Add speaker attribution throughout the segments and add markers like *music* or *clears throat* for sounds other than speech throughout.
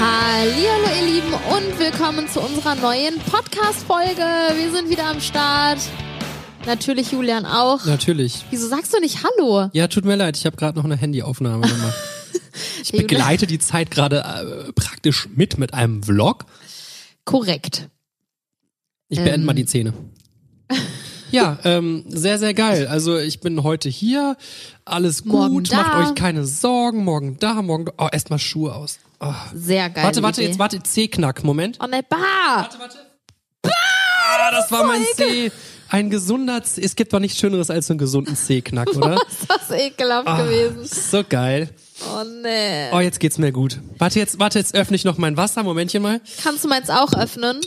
Speaker 1: Hallo ihr Lieben und willkommen zu unserer neuen Podcast-Folge. Wir sind wieder am Start. Natürlich Julian auch.
Speaker 2: Natürlich.
Speaker 1: Wieso sagst du nicht Hallo?
Speaker 2: Ja, tut mir leid, ich habe gerade noch eine Handyaufnahme
Speaker 1: *laughs*
Speaker 2: gemacht. Ich
Speaker 1: Der Julian-
Speaker 2: begleite die Zeit gerade äh, praktisch mit mit einem Vlog.
Speaker 1: Korrekt.
Speaker 2: Ich beende
Speaker 1: Ähm.
Speaker 2: mal die
Speaker 1: *laughs*
Speaker 2: Szene. Ja, ähm, sehr, sehr geil. Also ich bin heute hier, alles gut,
Speaker 1: Morgen da.
Speaker 2: macht euch keine Sorgen, morgen da, morgen da. Oh, erstmal Schuhe aus. Oh.
Speaker 1: Sehr geil.
Speaker 2: Warte, warte,
Speaker 1: Idee.
Speaker 2: jetzt warte, C-Knack, Moment.
Speaker 1: Oh ne, bah!
Speaker 2: Warte, warte. Ah, das war mein C. Ein gesunder C. Es gibt doch nichts Schöneres als so einen gesunden C-Knack,
Speaker 1: *laughs*
Speaker 2: oder?
Speaker 1: Ist das ekelhaft
Speaker 2: Ah,
Speaker 1: gewesen.
Speaker 2: so geil.
Speaker 1: Oh ne.
Speaker 2: Oh, jetzt geht's mir gut. Warte, jetzt, warte, jetzt öffne ich noch mein Wasser. Momentchen mal.
Speaker 1: Kannst du meins auch öffnen?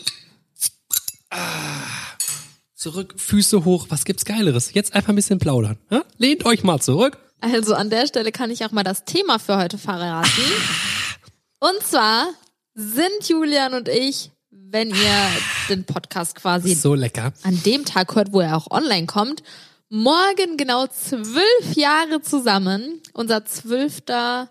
Speaker 2: Zurück, Füße hoch. Was gibt's Geileres? Jetzt einfach ein bisschen plaudern. Ja? Lehnt euch mal zurück.
Speaker 1: Also an der Stelle kann ich auch mal das Thema für heute verraten.
Speaker 2: Ah.
Speaker 1: Und zwar sind Julian und ich, wenn ihr den Podcast quasi
Speaker 2: So lecker.
Speaker 1: an dem Tag hört, wo er auch online kommt, morgen genau zwölf Jahre zusammen. Unser zwölfter,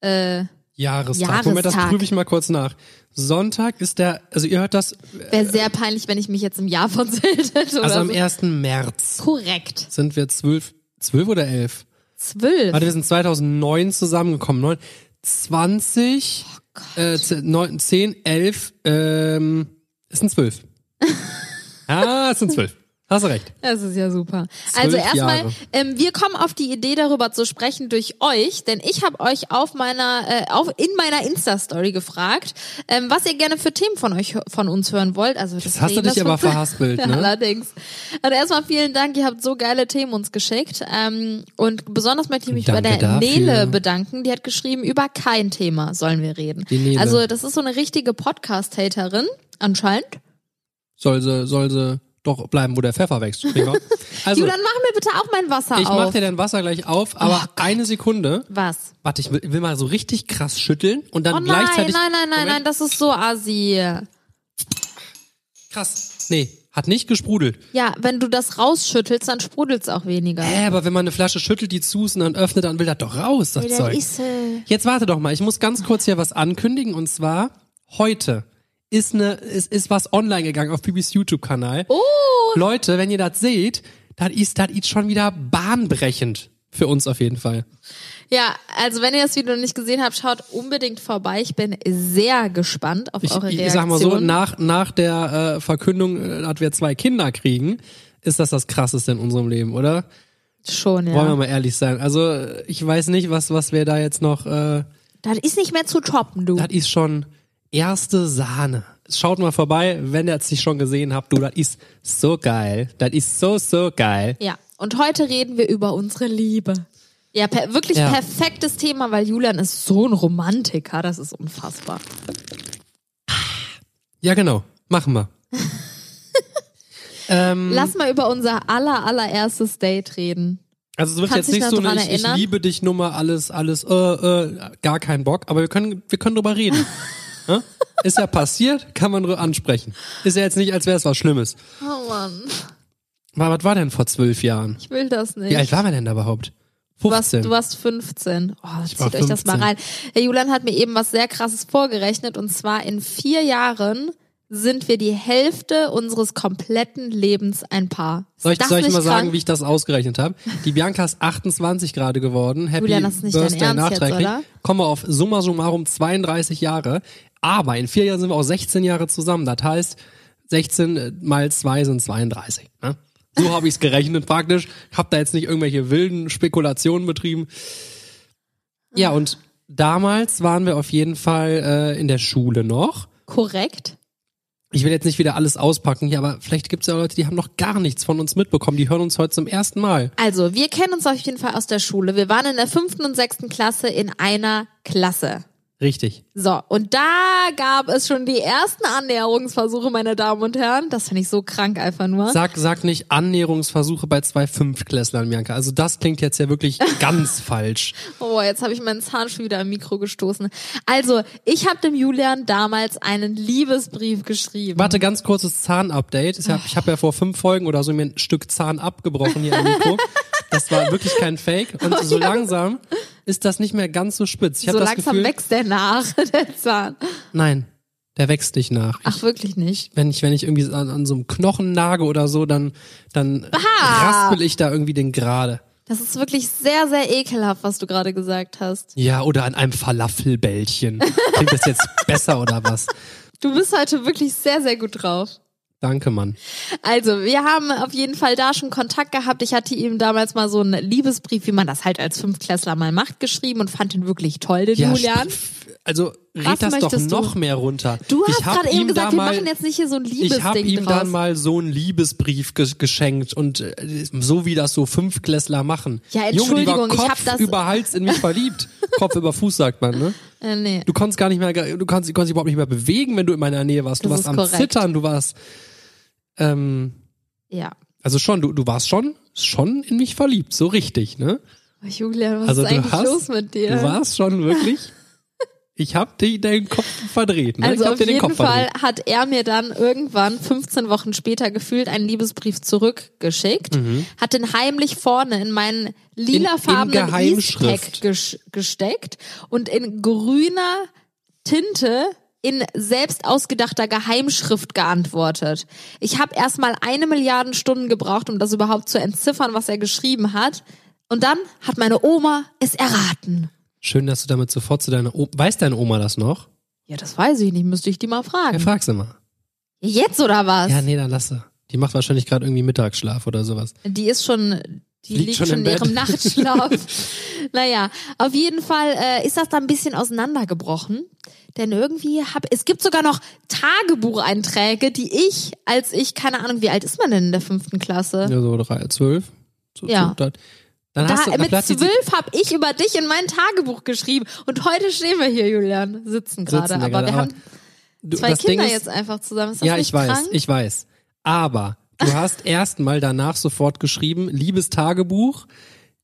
Speaker 1: äh,
Speaker 2: Jahrestag.
Speaker 1: Jahrestag.
Speaker 2: Moment, das prüfe ich mal kurz nach. Sonntag ist der, also ihr hört das,
Speaker 1: wäre sehr peinlich, wenn ich mich jetzt im Jahr verzählt hätte.
Speaker 2: also
Speaker 1: Oder
Speaker 2: am
Speaker 1: so.
Speaker 2: 1. März
Speaker 1: Korrekt.
Speaker 2: sind wir zwölf, zwölf oder elf?
Speaker 1: Zwölf.
Speaker 2: Warte, wir sind 2009 zusammengekommen. Neun, 20, äh, ze- neun, 10, 11, ähm, es
Speaker 1: *laughs*
Speaker 2: sind zwölf. ah, es sind zwölf. Hast du recht.
Speaker 1: Das ist ja super. Also
Speaker 2: Zwölf
Speaker 1: erstmal,
Speaker 2: Jahre.
Speaker 1: ähm, wir kommen auf die Idee, darüber zu sprechen durch euch, denn ich habe euch auf meiner, äh, auf, in meiner Insta-Story gefragt, ähm, was ihr gerne für Themen von euch, von uns hören wollt. Also
Speaker 2: Das hast
Speaker 1: deswegen,
Speaker 2: du dich
Speaker 1: das
Speaker 2: aber
Speaker 1: wird- *laughs*
Speaker 2: verhaspelt, ne?
Speaker 1: Allerdings. Also erstmal vielen Dank, ihr habt so geile Themen uns geschickt. Ähm, und besonders möchte ich mich bei
Speaker 2: Danke
Speaker 1: der
Speaker 2: dafür.
Speaker 1: Nele bedanken. Die hat geschrieben, über kein Thema sollen wir reden.
Speaker 2: Die Nele.
Speaker 1: Also das ist so eine richtige Podcast-Haterin, anscheinend.
Speaker 2: soll sie, soll sie doch bleiben, wo der Pfeffer wächst. Gregor.
Speaker 1: *laughs*
Speaker 2: Also,
Speaker 1: Julian, mach mir bitte auch mein Wasser
Speaker 2: ich mach
Speaker 1: auf. Oh
Speaker 2: dir dein Wasser gleich auf, aber eine Sekunde.
Speaker 1: Was?
Speaker 2: Warte, ich will, will mal so richtig krass schütteln und dann
Speaker 1: Oh nein,
Speaker 2: gleichzeitig.
Speaker 1: nein, nein, nein,
Speaker 2: Moment.
Speaker 1: nein, das ist so assi.
Speaker 2: Krass. Nee, hat nicht gesprudelt.
Speaker 1: Ja, wenn du das rausschüttelst, dann sprudelt's auch weniger.
Speaker 2: Hä, Äh, aber wenn man eine Flasche schüttelt, die zu ist und dann öffnet, dann will das doch raus, das Zeug.
Speaker 1: äh,
Speaker 2: Jetzt warte doch mal, ich muss ganz kurz hier was ankündigen und zwar heute ist ne ist, ist was online gegangen auf Bibis YouTube Kanal. Oh! Leute, wenn ihr das seht, das ist das ist schon wieder bahnbrechend für uns auf jeden Fall.
Speaker 1: Ja, also wenn ihr das Video noch nicht gesehen habt, schaut unbedingt vorbei. Ich bin sehr gespannt auf
Speaker 2: Ich,
Speaker 1: eure Reaktion.
Speaker 2: ich sag mal so, nach, nach der äh, Verkündung, äh, dass wir zwei Kinder kriegen, ist das das Krasseste in unserem Leben, oder?
Speaker 1: Schon,
Speaker 2: Wollen wir
Speaker 1: ja.
Speaker 2: mal ehrlich sein. Also, äh, ich weiß nicht, was, was wir da jetzt noch, äh,
Speaker 1: Das ist nicht mehr zu toppen, du.
Speaker 2: das ist schon erste Sahne. Schaut mal vorbei, wenn ihr es nicht schon gesehen habt, du, das ist so geil. Das ist so, so geil.
Speaker 1: Ja, und heute reden wir über unsere Liebe. Ja, per wirklich
Speaker 2: Ja.
Speaker 1: perfektes Thema, weil Julian ist so ein Romantiker, das ist unfassbar.
Speaker 2: Ja, genau. Machen wir. ähm,
Speaker 1: Lass mal über unser aller allererstes Date reden.
Speaker 2: Also es wird
Speaker 1: Kannst
Speaker 2: jetzt
Speaker 1: dich
Speaker 2: nicht
Speaker 1: noch
Speaker 2: so eine
Speaker 1: dran
Speaker 2: ich, ich
Speaker 1: erinnern?
Speaker 2: liebe dich Nummer, alles, alles, äh, äh, gar kein Bock, aber wir können, wir können
Speaker 1: *laughs*
Speaker 2: drüber reden. Ja? Ist ja passiert, kann man drüber ansprechen. Ist ja jetzt nicht, als wäre es was Schlimmes.
Speaker 1: Oh Mann,
Speaker 2: Aber was war denn vor zwölf Jahren?
Speaker 1: ich will das nicht.
Speaker 2: Wie alt waren wir denn da überhaupt?
Speaker 1: Du warst,
Speaker 2: 15.
Speaker 1: du warst 15. Oh, zieht
Speaker 2: war
Speaker 1: euch das mal
Speaker 2: 15.
Speaker 1: rein. Herr Julian hat mir eben was sehr krasses vorgerechnet und zwar in vier Jahren sind wir die Hälfte unseres kompletten Lebens ein Paar. Ist
Speaker 2: soll ich,
Speaker 1: das
Speaker 2: soll ich mal
Speaker 1: nicht
Speaker 2: sagen,
Speaker 1: krank?
Speaker 2: wie ich das ausgerechnet habe? Die Bianca ist 28 gerade geworden. Happy
Speaker 1: Julian, das ist nicht dein
Speaker 2: Birthday
Speaker 1: Ernst jetzt,
Speaker 2: nachträglich.
Speaker 1: oder?
Speaker 2: Kommen wir auf summa summarum 32 Jahre. Aber in vier Jahren sind wir auch 16 Jahre zusammen. Das heißt, 16 mal 2 sind 32. Ne? So habe ich es gerechnet praktisch. Hab da jetzt nicht irgendwelche wilden Spekulationen betrieben. Ja, und damals waren wir auf jeden Fall äh, in der Schule noch.
Speaker 1: korrekt?
Speaker 2: Ich will jetzt nicht wieder alles auspacken hier, aber vielleicht gibt es ja auch Leute, die haben noch gar nichts von uns mitbekommen. Die hören uns heute zum ersten Mal.
Speaker 1: Also, wir kennen uns auf jeden Fall aus der Schule. Wir waren in der fünften und sechsten Klasse in einer Klasse.
Speaker 2: Richtig.
Speaker 1: So, und da gab es schon die ersten Annäherungsversuche, meine Damen und Herren. Das finde ich so krank einfach nur.
Speaker 2: Sag, sag nicht Annäherungsversuche bei zwei Fünftklässlern, Bianca. Also das klingt jetzt
Speaker 1: *laughs*
Speaker 2: ja wirklich ganz falsch.
Speaker 1: Oh, jetzt habe ich meinen Zahn schon wieder am Mikro gestoßen. Also, ich habe dem Julian damals einen Liebesbrief geschrieben.
Speaker 2: Warte, ganz kurzes Zahnupdate. Ich habe ich hab ja vor fünf Folgen oder so mir ein Stück Zahn abgebrochen hier am Mikro. Das war wirklich kein Fake. Und so langsam ist das nicht mehr ganz so spitz. Ich hab
Speaker 1: Oh so
Speaker 2: das
Speaker 1: langsam
Speaker 2: Gefühl,
Speaker 1: wächst der nach, *laughs* der Zahn.
Speaker 2: Nein, der wächst nicht nach.
Speaker 1: Ach, wirklich nicht.
Speaker 2: wenn ich wenn ich irgendwie an, an so einem Knochen nage oder so, dann dann raspel ich da irgendwie den gerade.
Speaker 1: Das ist wirklich sehr, sehr ekelhaft, was du gerade gesagt hast.
Speaker 2: Ja, oder an
Speaker 1: *laughs*
Speaker 2: einem Falafelbällchen. Klingt das jetzt besser oder was?
Speaker 1: Du bist heute wirklich sehr, sehr gut drauf.
Speaker 2: Danke, Mann.
Speaker 1: Also, wir haben auf jeden Fall da schon Kontakt gehabt. Ich hatte ihm damals mal so einen Liebesbrief, wie man das halt als Fünftklässler mal macht, geschrieben und fand ihn wirklich toll, den
Speaker 2: Ja,
Speaker 1: Julian.
Speaker 2: sp- Also
Speaker 1: Was
Speaker 2: red das doch
Speaker 1: möchtest du?
Speaker 2: noch mehr runter.
Speaker 1: Du hast
Speaker 2: Ich hab
Speaker 1: gerade eben
Speaker 2: ihm da
Speaker 1: gesagt, wir
Speaker 2: mal-
Speaker 1: machen jetzt nicht hier so ein
Speaker 2: Ich habe
Speaker 1: Liebesding
Speaker 2: ihm
Speaker 1: draus.
Speaker 2: dann mal so einen Liebesbrief ges- geschenkt und äh, so wie das so Fünftklässler machen.
Speaker 1: Ja,
Speaker 2: Junge, die war
Speaker 1: Entschuldigung, ich
Speaker 2: Kopf
Speaker 1: hab das-
Speaker 2: über Hals in mich
Speaker 1: *laughs*
Speaker 2: verliebt. Kopf über Fuß sagt man, ne?
Speaker 1: äh, nee.
Speaker 2: Du konntest gar nicht mehr, du konntest, du konntest dich überhaupt nicht mehr bewegen, wenn du in meiner Nähe warst. Du
Speaker 1: Das
Speaker 2: warst
Speaker 1: ist
Speaker 2: am
Speaker 1: korrekt.
Speaker 2: Zittern, du warst, ähm,
Speaker 1: Ja.
Speaker 2: also schon, du, du warst schon, schon in mich verliebt, so richtig, ne?
Speaker 1: Julian, Oh, was
Speaker 2: Also
Speaker 1: ist
Speaker 2: du
Speaker 1: eigentlich
Speaker 2: hast,
Speaker 1: los mit dir?
Speaker 2: du warst schon wirklich, ich hab dir den Kopf verdreht, ne?
Speaker 1: Also
Speaker 2: ich hab
Speaker 1: auf
Speaker 2: dir den
Speaker 1: jeden
Speaker 2: Kopf
Speaker 1: Fall
Speaker 2: verdreht.
Speaker 1: hat er mir dann irgendwann 15 Wochen später gefühlt einen Liebesbrief zurückgeschickt, hat den heimlich vorne in meinen
Speaker 2: Mhm. In- in
Speaker 1: lilafarbenen
Speaker 2: Geheimschrift.
Speaker 1: Eastpack ges gesteckt und in grüner Tinte in selbst ausgedachter Geheimschrift geantwortet. Ich habe erstmal eine Milliarden Stunden gebraucht, um das überhaupt zu entziffern, was er geschrieben hat. Und dann hat meine Oma es erraten.
Speaker 2: Schön, dass du damit sofort zu deiner, o weiß deine Oma das noch?
Speaker 1: Ja, das weiß ich nicht, müsste ich die mal
Speaker 2: Ja,
Speaker 1: fragen.
Speaker 2: frag sie mal.
Speaker 1: Jetzt oder Mhm. was?
Speaker 2: Ja, nee, dann lass sie. Die macht wahrscheinlich gerade irgendwie Mittagsschlaf oder sowas.
Speaker 1: Die ist schon, die
Speaker 2: Liegt
Speaker 1: liegt,
Speaker 2: schon
Speaker 1: schon,
Speaker 2: im
Speaker 1: in
Speaker 2: Bett.
Speaker 1: ihrem
Speaker 2: *laughs*
Speaker 1: Nachtschlaf. naja, auf jeden Fall äh, ist das da ein bisschen auseinandergebrochen. Denn irgendwie hab, es gibt sogar noch Tagebucheinträge, die ich, als ich, keine Ahnung, wie alt ist man denn in der fünften Klasse?
Speaker 2: Ja, so drei, zwölf. So,
Speaker 1: Ja.
Speaker 2: so, dann dann hast
Speaker 1: Da,
Speaker 2: du, dann
Speaker 1: mit
Speaker 2: platzt die-
Speaker 1: zwölf habe ich über dich in mein Tagebuch geschrieben. Und heute stehen wir hier, Julian, sitzen gerade.
Speaker 2: Sitzen wir
Speaker 1: Aber
Speaker 2: gerade,
Speaker 1: wir
Speaker 2: aber
Speaker 1: haben
Speaker 2: du,
Speaker 1: zwei
Speaker 2: das Ding
Speaker 1: Kinder
Speaker 2: ist,
Speaker 1: jetzt einfach zusammen. Ist das
Speaker 2: ja,
Speaker 1: nicht
Speaker 2: ich weiß,
Speaker 1: krank?
Speaker 2: ich weiß. Aber
Speaker 1: *laughs*
Speaker 2: du hast erstmal danach sofort geschrieben, liebes Tagebuch,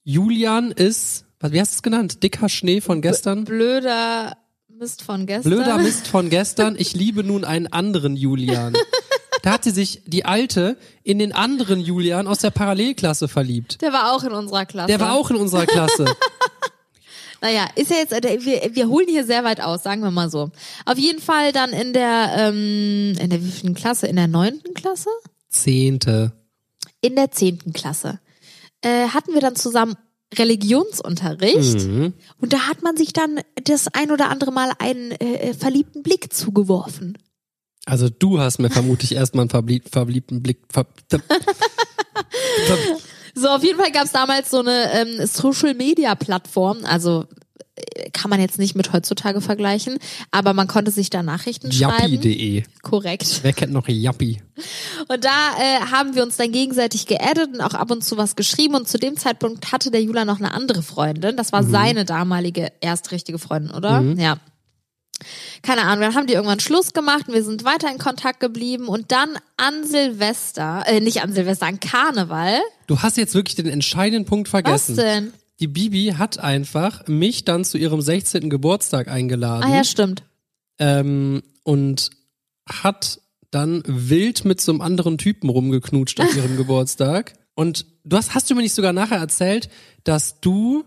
Speaker 2: Julian ist, was, wie hast du es genannt? Dicker Schnee von gestern?
Speaker 1: Blöder Mist von gestern.
Speaker 2: Blöder Mist von gestern, ich liebe nun einen
Speaker 1: *laughs*
Speaker 2: anderen Julian. Da hat sie sich, die Alte, in den anderen Julian aus der Parallelklasse verliebt.
Speaker 1: Der war auch in unserer Klasse.
Speaker 2: Der war auch in unserer Klasse.
Speaker 1: *laughs* Naja, ist ja jetzt, äh, wir, wir holen hier sehr weit aus, sagen wir mal so. Auf jeden Fall dann in der, ähm, in der wievielten Klasse? In der neunten Klasse?
Speaker 2: Zehnte.
Speaker 1: In der zehnten Klasse. Äh, hatten wir dann zusammen Religionsunterricht und da hat man sich dann das ein oder andere Mal einen äh, äh, verliebten Blick zugeworfen.
Speaker 2: Also du hast mir vermutlich erstmal einen verblieb, verbliebten Blick.
Speaker 1: *laughs*
Speaker 2: Ver, ver,
Speaker 1: So, auf jeden Fall gab's damals so eine ähm, Social-Media-Plattform, also äh, kann man jetzt nicht mit heutzutage vergleichen, aber man konnte sich da Nachrichten schreiben.
Speaker 2: Yappi.de.
Speaker 1: Korrekt.
Speaker 2: Wer kennt noch Yappi?
Speaker 1: Und da äh, haben wir uns dann gegenseitig geaddet und auch ab und zu was geschrieben. Und zu dem Zeitpunkt hatte der Jula noch eine andere Freundin. Das war seine damalige erst richtige Freundin, oder? Ja. Keine Ahnung, dann haben die irgendwann Schluss gemacht und wir sind weiter in Kontakt geblieben. Und dann an Silvester, äh, nicht an Silvester, an Karneval.
Speaker 2: Du hast jetzt wirklich den entscheidenden Punkt
Speaker 1: Was
Speaker 2: vergessen.
Speaker 1: denn?
Speaker 2: Die Bibi hat einfach mich dann zu ihrem 16. Geburtstag eingeladen
Speaker 1: Ah ja, stimmt.
Speaker 2: ähm, und hat dann wild mit so einem anderen Typen rumgeknutscht
Speaker 1: *laughs*
Speaker 2: auf ihrem Geburtstag. Und du hast, hast du mir nicht sogar nachher erzählt, dass du,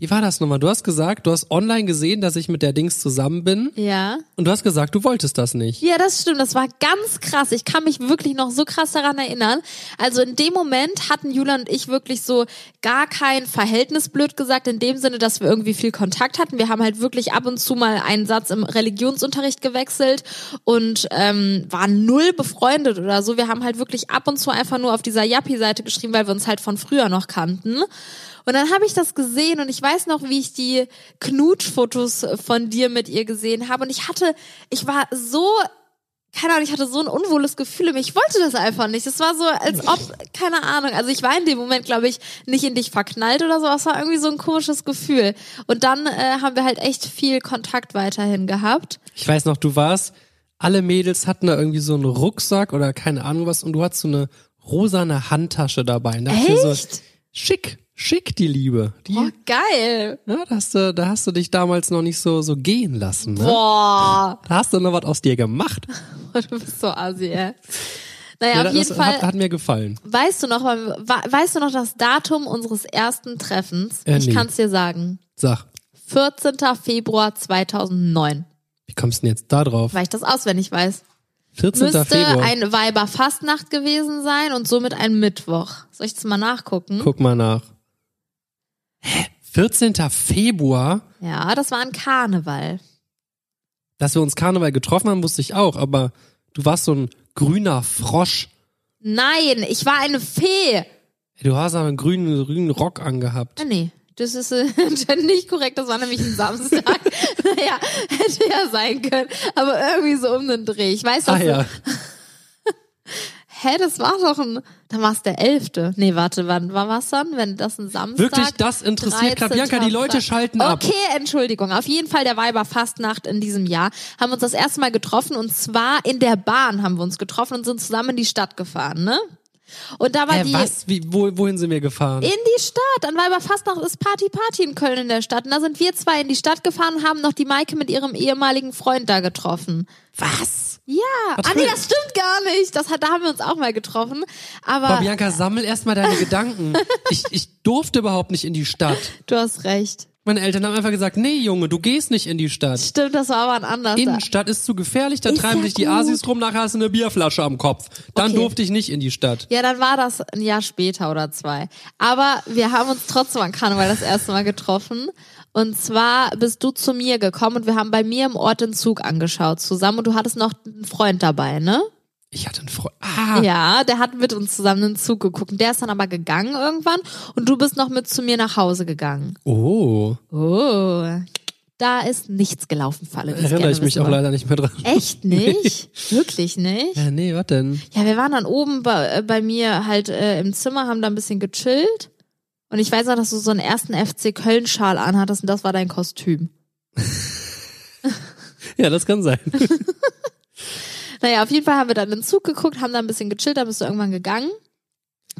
Speaker 2: wie war das nochmal? Du hast gesagt, du hast online gesehen, dass ich mit der Dings zusammen bin
Speaker 1: Ja.
Speaker 2: und du hast gesagt, du wolltest das nicht.
Speaker 1: Ja, das stimmt. Das war ganz krass. Ich kann mich wirklich noch so krass daran erinnern. Also in dem Moment hatten Jula und ich wirklich so gar kein Verhältnis, blöd gesagt, in dem Sinne, dass wir irgendwie viel Kontakt hatten. Wir haben halt wirklich ab und zu mal einen Satz im Religionsunterricht gewechselt und ähm, waren null befreundet oder so. Wir haben halt wirklich ab und zu einfach nur auf dieser Yappi-Seite geschrieben, weil wir uns halt von früher noch kannten. Und dann habe ich das gesehen und ich weiß noch, wie ich die Knutschfotos von dir mit ihr gesehen habe. Und ich hatte, ich war so, keine Ahnung, ich hatte so ein unwohles Gefühl. in mir. Ich wollte das einfach nicht. Es war so, als ob, keine Ahnung. Also ich war in dem Moment, glaube ich, nicht in dich verknallt oder so. Es war irgendwie so ein komisches Gefühl. Und dann äh, haben wir halt echt viel Kontakt weiterhin gehabt.
Speaker 2: Ich weiß noch, du warst, alle Mädels hatten da irgendwie so einen Rucksack oder keine Ahnung was und du hattest so eine rosane Handtasche dabei. Und da dachte ich mir So,
Speaker 1: Echt?
Speaker 2: schick, schick die Liebe. Die,
Speaker 1: Oh, geil.
Speaker 2: ja, da, hast du, da hast du dich damals noch nicht so, so gehen lassen. Ne?
Speaker 1: Boah. *laughs*
Speaker 2: Da hast du noch was aus dir gemacht.
Speaker 1: Du bist so assi, ey. Naja,
Speaker 2: Ja,
Speaker 1: auf
Speaker 2: das
Speaker 1: jeden
Speaker 2: das
Speaker 1: Fall.
Speaker 2: Hat, hat mir gefallen.
Speaker 1: weißt du noch, weil- we- weißt du noch das Datum unseres ersten Treffens?
Speaker 2: Äh,
Speaker 1: ich
Speaker 2: nee.
Speaker 1: kann es dir sagen.
Speaker 2: Sag,
Speaker 1: 14. Februar 2009.
Speaker 2: wie kommst du denn jetzt da drauf?
Speaker 1: Weil ich das auswendig weiß.
Speaker 2: 14.
Speaker 1: Müsste
Speaker 2: Februar.
Speaker 1: ein Weiberfastnacht gewesen sein und somit ein Mittwoch. Soll ich das mal nachgucken?
Speaker 2: Guck mal nach. Hä? 14. Februar?
Speaker 1: Ja, das war ein Karneval.
Speaker 2: Dass wir uns Karneval getroffen haben, wusste ich auch, aber du warst so ein grüner Frosch.
Speaker 1: Nein, ich war eine Fee.
Speaker 2: Du hast aber einen grünen, grünen Rock angehabt.
Speaker 1: Ah, Nee, das ist äh, *laughs* nicht korrekt. Das war nämlich ein
Speaker 2: *laughs*
Speaker 1: Samstag. naja, hätte ja sein können. Aber irgendwie so um den Dreh. Ich weiß,
Speaker 2: Ah
Speaker 1: dass
Speaker 2: ja,
Speaker 1: Hä, das war doch ein. Dann war es der 11. Nee, warte, wann war es dann? Wenn das ein Samstag.
Speaker 2: wirklich, das interessiert gerade.
Speaker 1: 13.
Speaker 2: Bianca, die Leute schalten ab.
Speaker 1: Okay, Entschuldigung. Auf jeden Fall der Weiberfastnacht in diesem Jahr haben wir uns das erste Mal getroffen und zwar in der Bahn haben wir uns getroffen und sind zusammen in die Stadt gefahren, ne? Und da war
Speaker 2: Hä,
Speaker 1: die
Speaker 2: Äh, was? Wie, wo, wohin sind wir gefahren?
Speaker 1: in die Stadt. An Weiberfastnacht ist Party Party in Köln in der Stadt. Und da sind wir zwei in die Stadt gefahren und haben noch die Maike mit ihrem ehemaligen Freund da getroffen.
Speaker 2: was?
Speaker 1: Ja. Ah nee,
Speaker 2: cool.
Speaker 1: das stimmt gar nicht. Das hat, da haben wir uns auch mal getroffen. Aber
Speaker 2: Boah, Bianca, sammel erstmal
Speaker 1: *laughs*
Speaker 2: deine Gedanken. Ich, ich durfte überhaupt nicht in die Stadt.
Speaker 1: du hast recht.
Speaker 2: Meine Eltern haben einfach gesagt, nee, Junge, du gehst nicht in die Stadt.
Speaker 1: Stimmt, das war aber ein anderer.
Speaker 2: Innenstadt ist zu gefährlich, da
Speaker 1: Ist
Speaker 2: treiben
Speaker 1: ja
Speaker 2: sich die
Speaker 1: gut.
Speaker 2: Asis rum, nachher hast du eine Bierflasche am Kopf. Dann
Speaker 1: Okay.
Speaker 2: durfte ich nicht in die Stadt.
Speaker 1: Ja, dann war das ein Jahr später oder zwei. Aber wir haben uns trotzdem an Karneval das erste Mal getroffen. Und zwar bist du zu mir gekommen und wir haben bei mir im Ort den Zug angeschaut zusammen und du hattest noch einen Freund dabei, ne?
Speaker 2: Ich hatte einen Freund. Ah,
Speaker 1: Ja, der hat mit uns zusammen den Zug geguckt. Und Der ist dann aber gegangen irgendwann und du bist noch mit zu mir nach Hause gegangen.
Speaker 2: oh.
Speaker 1: Oh. Da ist nichts gelaufen, für alle, die es
Speaker 2: Erinnere
Speaker 1: gerne
Speaker 2: ich mich
Speaker 1: wissen
Speaker 2: auch
Speaker 1: wollen.
Speaker 2: leider nicht mehr dran.
Speaker 1: Echt nicht?
Speaker 2: *laughs*
Speaker 1: Wirklich nicht?
Speaker 2: Ja, nee, was denn?
Speaker 1: Ja, wir waren dann oben bei, äh, bei mir halt äh, im Zimmer, haben da ein bisschen gechillt. Und ich weiß noch, dass du so einen ersten FC Köln-Schal anhattest und das war dein Kostüm.
Speaker 2: Ja, das kann sein.
Speaker 1: Naja, auf jeden Fall haben wir dann den Zug geguckt, haben da ein bisschen gechillt, dann bist du irgendwann gegangen.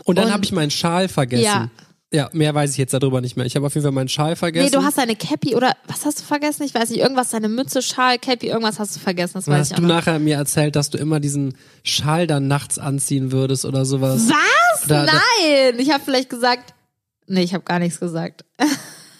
Speaker 2: Und dann
Speaker 1: Und-
Speaker 2: habe ich meinen Schal vergessen.
Speaker 1: Ja.
Speaker 2: Ja. ja, mehr weiß ich jetzt darüber nicht mehr. Ich habe auf jeden Fall meinen Schal vergessen.
Speaker 1: Nee, du hast deine Cappy oder was hast du vergessen? Ich weiß nicht, irgendwas, deine Mütze, Schal, Cappy, irgendwas hast du vergessen, das
Speaker 2: Dann
Speaker 1: weiß
Speaker 2: hast
Speaker 1: ich
Speaker 2: du
Speaker 1: auch noch.
Speaker 2: nachher mir erzählt, dass du immer diesen Schal dann nachts anziehen würdest oder sowas.
Speaker 1: Was?
Speaker 2: Da- da-
Speaker 1: Nein! Ich habe vielleicht gesagt, nee, ich habe gar nichts gesagt.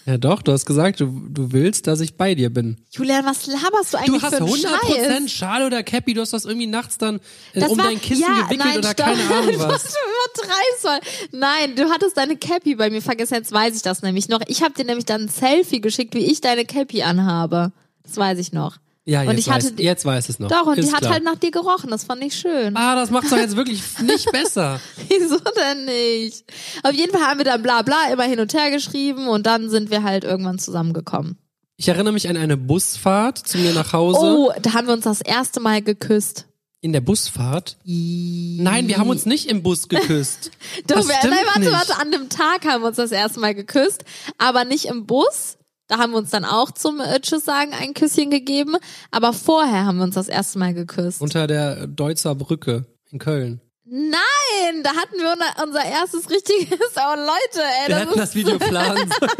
Speaker 2: Ja doch, du hast gesagt, du, du willst, dass ich bei dir bin.
Speaker 1: Julian, was laberst du
Speaker 2: Du
Speaker 1: eigentlich
Speaker 2: hast
Speaker 1: für einen
Speaker 2: 100%
Speaker 1: Scheiß?
Speaker 2: Schal oder Cappy, du hast das irgendwie nachts dann äh,
Speaker 1: Das
Speaker 2: um
Speaker 1: war-
Speaker 2: dein Kissen
Speaker 1: ja,
Speaker 2: gewickelt
Speaker 1: nein,
Speaker 2: oder
Speaker 1: stopp.
Speaker 2: keine
Speaker 1: *laughs*
Speaker 2: Ahnung was.
Speaker 1: Was du übertreibst soll. Nein, du hattest deine Cappy bei mir vergessen, jetzt weiß ich das nämlich noch. Ich habe dir nämlich dann ein Selfie geschickt, wie ich deine Cappy anhabe. Das weiß ich noch.
Speaker 2: Ja, jetzt,
Speaker 1: und ich
Speaker 2: weiß,
Speaker 1: hatte die-
Speaker 2: jetzt weiß es noch.
Speaker 1: Doch, und
Speaker 2: Ist
Speaker 1: die hat
Speaker 2: klar.
Speaker 1: halt nach dir gerochen, das fand ich schön. *laughs*
Speaker 2: Ah, das macht's doch jetzt wirklich nicht besser.
Speaker 1: Wieso denn nicht? Auf jeden Fall haben wir dann bla bla immer hin und her geschrieben und dann sind wir halt irgendwann zusammengekommen.
Speaker 2: Ich erinnere mich an eine Busfahrt zu mir nach Hause.
Speaker 1: Oh, da haben wir uns das erste Mal geküsst.
Speaker 2: In der Busfahrt? Nein, wir haben uns nicht im Bus *laughs* geküsst.
Speaker 1: Doch,
Speaker 2: Das
Speaker 1: wir,
Speaker 2: stimmt
Speaker 1: nein, warte,
Speaker 2: nicht.
Speaker 1: warte, an dem Tag haben wir uns das erste Mal geküsst, aber nicht im Bus. Da haben wir uns dann auch zum äh, Tschüss sagen ein Küsschen gegeben, aber vorher haben wir uns das erste Mal geküsst.
Speaker 2: Unter der Deutzer Brücke in Köln.
Speaker 1: Nein, da hatten wir unser- unser erstes richtiges, *laughs* oh Leute, ey,
Speaker 2: Wir
Speaker 1: das
Speaker 2: hätten
Speaker 1: ist *laughs*
Speaker 2: das Video planen sollen.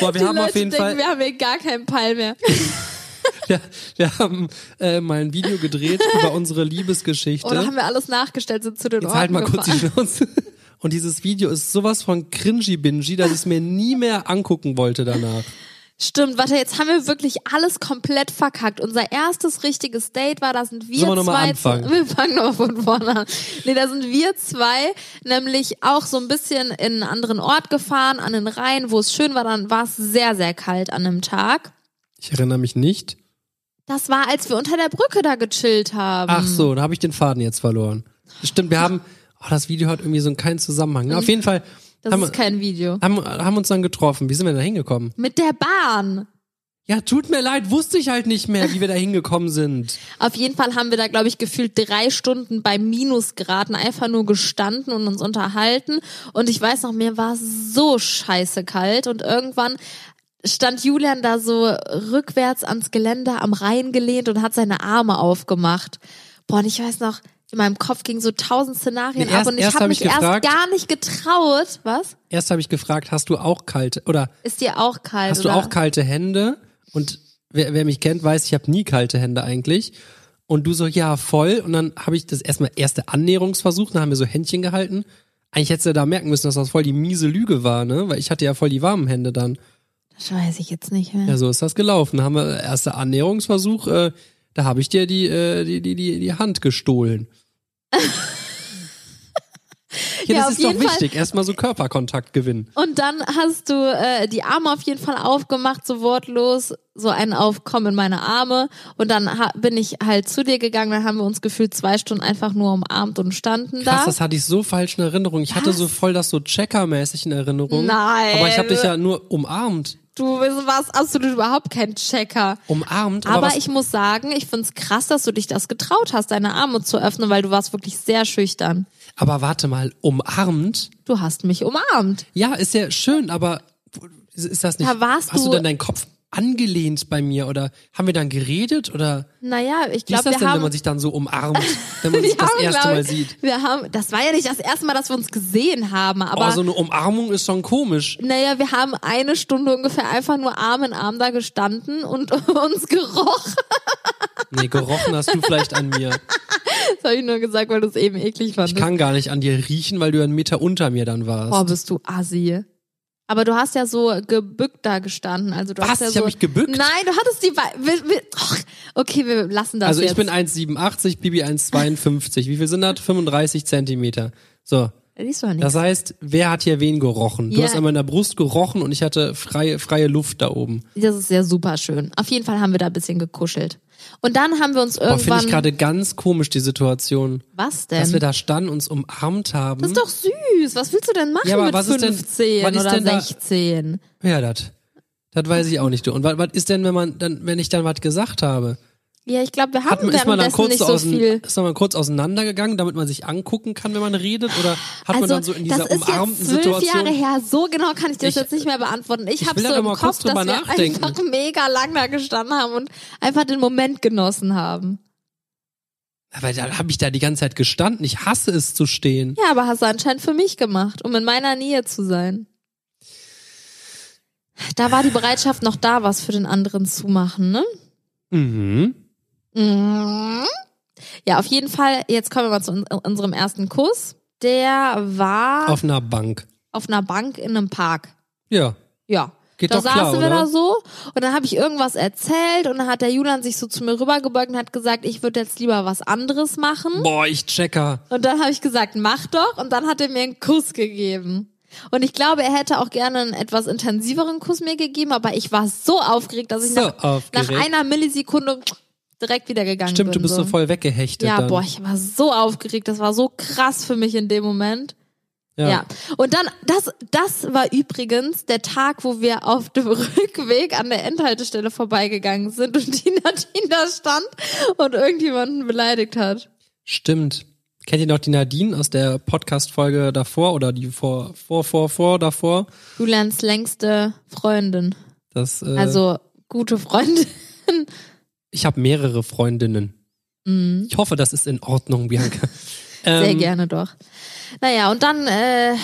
Speaker 2: Boah, wir
Speaker 1: die
Speaker 2: haben
Speaker 1: Leute
Speaker 2: auf jeden
Speaker 1: denken,
Speaker 2: Fall,
Speaker 1: wir haben hier gar keinen Peil mehr.
Speaker 2: *laughs* wir, wir haben äh, mal ein Video *laughs* gedreht über unsere Liebesgeschichte.
Speaker 1: Oder haben wir alles nachgestellt, sind zu den
Speaker 2: Jetzt
Speaker 1: Orten
Speaker 2: halt mal kurz die
Speaker 1: gefahren.
Speaker 2: Schnauze. Und dieses Video ist sowas von cringy-bingy, dass ich es mir nie mehr angucken wollte danach.
Speaker 1: Stimmt, warte, jetzt haben wir wirklich alles komplett verkackt. Unser erstes richtiges Date war, da sind wir
Speaker 2: Sollen wir noch mal
Speaker 1: zwei. *laughs*
Speaker 2: anfangen?
Speaker 1: Wir fangen nochmal von vorne an. Nee, da sind wir zwei nämlich auch so ein bisschen in einen anderen Ort gefahren, an den Rhein, wo es schön war. Dann war es sehr, sehr kalt an einem Tag.
Speaker 2: Ich erinnere mich nicht.
Speaker 1: Das war, als wir unter der Brücke da gechillt haben.
Speaker 2: Ach so, da habe ich den Faden jetzt verloren. Stimmt, wir haben. Oh, das Video hat irgendwie so einen keinen Zusammenhang. Na, auf jeden Fall
Speaker 1: Das
Speaker 2: haben,
Speaker 1: ist kein Video.
Speaker 2: haben, haben uns dann getroffen. Wie sind wir denn da hingekommen?
Speaker 1: Mit der Bahn.
Speaker 2: Ja, tut mir leid, wusste ich halt nicht mehr, wie wir da hingekommen sind.
Speaker 1: Auf jeden Fall haben wir da, glaube ich, gefühlt drei Stunden bei Minusgraden einfach nur gestanden und uns unterhalten. Und ich weiß noch, mir war es so scheiße kalt. Und irgendwann stand Julian da so rückwärts ans Geländer am Rhein gelehnt und hat seine Arme aufgemacht. Boah, und ich weiß noch, in meinem Kopf gingen so tausend Szenarien
Speaker 2: Nee, erst-
Speaker 1: ab und ich
Speaker 2: erst
Speaker 1: habe
Speaker 2: hab
Speaker 1: mich
Speaker 2: ich gefragt-
Speaker 1: erst gar nicht getraut. Was?
Speaker 2: Erst habe ich gefragt, hast du auch kalte oder
Speaker 1: Ist dir auch kalt?
Speaker 2: hast du
Speaker 1: oder?
Speaker 2: auch kalte Hände? Und wer, wer mich kennt, weiß, ich habe nie kalte Hände eigentlich. Und du so, ja, voll. Und dann habe ich das erstmal erste Annäherungsversuch, dann haben wir so Händchen gehalten. Eigentlich hättest du ja da merken müssen, dass das voll die miese Lüge war, ne? Weil ich hatte ja voll die warmen Hände dann.
Speaker 1: Das weiß ich jetzt nicht mehr.
Speaker 2: Ja, so ist das gelaufen. Da haben wir äh, erster Annäherungsversuch, äh, da habe ich dir die, äh, die, die, die, die
Speaker 1: *laughs*
Speaker 2: Hand gestohlen.
Speaker 1: Ja,
Speaker 2: Ja, das
Speaker 1: auf
Speaker 2: ist doch
Speaker 1: jeden Fall.
Speaker 2: wichtig. Erstmal so Körperkontakt gewinnen.
Speaker 1: Und dann hast du äh, die Arme auf jeden Fall aufgemacht, so wortlos, so ein Aufkommen in meine Arme. Und dann ha bin ich halt zu dir gegangen, dann haben wir uns gefühlt zwei Stunden einfach nur umarmt und standen
Speaker 2: Krass,
Speaker 1: da.
Speaker 2: das hatte ich so falsch in Erinnerung. Ich hatte
Speaker 1: Was?
Speaker 2: so voll das so checkermäßig in Erinnerung.
Speaker 1: Nein.
Speaker 2: Aber ich habe dich ja nur umarmt.
Speaker 1: Du bist- warst absolut überhaupt kein Checker.
Speaker 2: Umarmt. Aber,
Speaker 1: Aber
Speaker 2: was,
Speaker 1: ich muss sagen, ich find's krass, dass du dich das getraut hast, deine Arme zu öffnen, weil du warst wirklich sehr schüchtern.
Speaker 2: aber warte mal, umarmt?
Speaker 1: Du hast mich umarmt.
Speaker 2: Ja, ist ja schön, aber ist- ist das nicht.
Speaker 1: Da warst
Speaker 2: hast du,
Speaker 1: du-
Speaker 2: dann deinen Kopf angelehnt bei mir oder haben wir dann geredet oder
Speaker 1: Naja, ich
Speaker 2: wie ist
Speaker 1: glaube,
Speaker 2: das
Speaker 1: wir
Speaker 2: denn, wenn
Speaker 1: haben
Speaker 2: man sich dann so umarmt,
Speaker 1: *laughs*
Speaker 2: wenn man sich das
Speaker 1: haben,
Speaker 2: erste
Speaker 1: glaub
Speaker 2: Mal
Speaker 1: ich,
Speaker 2: sieht?
Speaker 1: Wir haben, das war ja nicht das erste Mal, dass wir uns gesehen haben, aber
Speaker 2: Oh, so eine Umarmung ist schon komisch.
Speaker 1: naja, wir haben eine Stunde ungefähr einfach nur Arm in Arm da gestanden und *laughs* uns gerochen.
Speaker 2: Nee, gerochen hast du vielleicht an mir.
Speaker 1: Das habe ich nur gesagt, weil du es eben eklig
Speaker 2: Ich
Speaker 1: fandest.
Speaker 2: kann gar nicht an dir riechen, weil du einen Meter unter mir dann warst.
Speaker 1: Boah, Oh, bist du assi. Aber du hast ja so gebückt da gestanden. Also du
Speaker 2: Was?
Speaker 1: hast ja
Speaker 2: Ich
Speaker 1: so
Speaker 2: hab mich gebückt?
Speaker 1: Nein, du hattest die. Wei- wir- wir- Och, okay, wir lassen das
Speaker 2: also
Speaker 1: jetzt.
Speaker 2: ich bin 1,87, Bibi 1,52. Wie viel sind das? 35 Zentimeter. So,
Speaker 1: Äh, Siehst du ja nicht.
Speaker 2: das heißt, wer hat hier wen gerochen? Du
Speaker 1: Ja.
Speaker 2: hast an meiner Brust gerochen und ich hatte freie, freie Luft da oben.
Speaker 1: Das ist ja super schön. Auf jeden Fall haben wir da ein bisschen gekuschelt. Und dann haben wir uns
Speaker 2: Boah, finde
Speaker 1: irgendwann.
Speaker 2: ich gerade ganz komisch, die Situation.
Speaker 1: was
Speaker 2: Dass wir
Speaker 1: denn?
Speaker 2: da standen, uns umarmt haben.
Speaker 1: Das ist doch süß. Was willst du denn machen
Speaker 2: Ja, aber
Speaker 1: mit
Speaker 2: was ist denn-
Speaker 1: 15
Speaker 2: wann ist
Speaker 1: oder
Speaker 2: denn da-
Speaker 1: 16?
Speaker 2: ja, das. Das weiß ich auch nicht, du. Und was was ist denn, wenn man dann, wenn ich dann was gesagt habe?
Speaker 1: Ja, ich glaube, wir
Speaker 2: Hat
Speaker 1: haben
Speaker 2: man, ist man dann
Speaker 1: währenddessen
Speaker 2: kurz
Speaker 1: nicht
Speaker 2: so
Speaker 1: so
Speaker 2: ausein-
Speaker 1: viel.
Speaker 2: ist man mal kurz auseinandergegangen, damit man sich angucken kann, wenn man redet? Oder hat
Speaker 1: also,
Speaker 2: man dann so in dieser
Speaker 1: das ist
Speaker 2: umarmten
Speaker 1: jetzt zwölf
Speaker 2: Situation.
Speaker 1: Jahre her. So genau kann ich das
Speaker 2: Ich-
Speaker 1: jetzt nicht mehr beantworten. Ich, habe
Speaker 2: will
Speaker 1: so
Speaker 2: da doch
Speaker 1: im
Speaker 2: mal kurz
Speaker 1: Kopf, dass
Speaker 2: drüber
Speaker 1: wir
Speaker 2: nachdenken.
Speaker 1: einfach *laughs* mega lang da gestanden haben und einfach den Moment genossen haben.
Speaker 2: Aber da habe ich da die ganze Zeit gestanden. Ich hasse es zu stehen.
Speaker 1: Ja, aber hast du anscheinend für mich gemacht, um in meiner Nähe zu sein. Da war die Bereitschaft noch da, was für den anderen zu machen, ne?
Speaker 2: Mhm.
Speaker 1: Mhm. Ja, auf jeden Fall, jetzt kommen wir mal zu un unserem ersten Kuss. Der war auf,
Speaker 2: Auf einer Bank.
Speaker 1: einer Bank in einem Park.
Speaker 2: Ja.
Speaker 1: Ja.
Speaker 2: Geht
Speaker 1: da
Speaker 2: doch klar,
Speaker 1: saßen wir
Speaker 2: oder?
Speaker 1: da so und dann habe ich irgendwas erzählt und dann hat der Julian sich so zu mir rübergebeugt und hat gesagt, ich würde jetzt lieber was anderes machen.
Speaker 2: Boah, ich checker.
Speaker 1: Und dann habe ich gesagt, mach doch. Und dann hat er mir einen Kuss gegeben. Und ich glaube, er hätte auch gerne einen etwas intensiveren Kuss mir gegeben, aber ich war so aufgeregt, dass ich
Speaker 2: So
Speaker 1: nach, nach
Speaker 2: aufgeregt.
Speaker 1: einer Millisekunde direkt wieder gegangen bin.
Speaker 2: Stimmt, du bist so
Speaker 1: so
Speaker 2: voll weggehechtet.
Speaker 1: Ja,
Speaker 2: dann.
Speaker 1: boah, ich war so aufgeregt. Das war so krass für mich in dem Moment. Ja.
Speaker 2: ja.
Speaker 1: Und dann, das, das war übrigens der Tag, wo wir auf dem *laughs* Rückweg an der Endhaltestelle vorbeigegangen sind und die Nadine da stand und irgendjemanden beleidigt hat.
Speaker 2: Stimmt. Kennt ihr noch die Nadine aus der Podcast-Folge davor oder die vor, vor, vor, vor, davor?
Speaker 1: Julians längste Freundin.
Speaker 2: Das, äh,
Speaker 1: Also gute Freundin. *laughs*
Speaker 2: ich habe mehrere Freundinnen.
Speaker 1: Mhm.
Speaker 2: Ich hoffe, das ist in
Speaker 1: *laughs*
Speaker 2: Ordnung, Bianca.
Speaker 1: Sehr
Speaker 2: Ähm,
Speaker 1: gerne doch. Naja, und dann äh,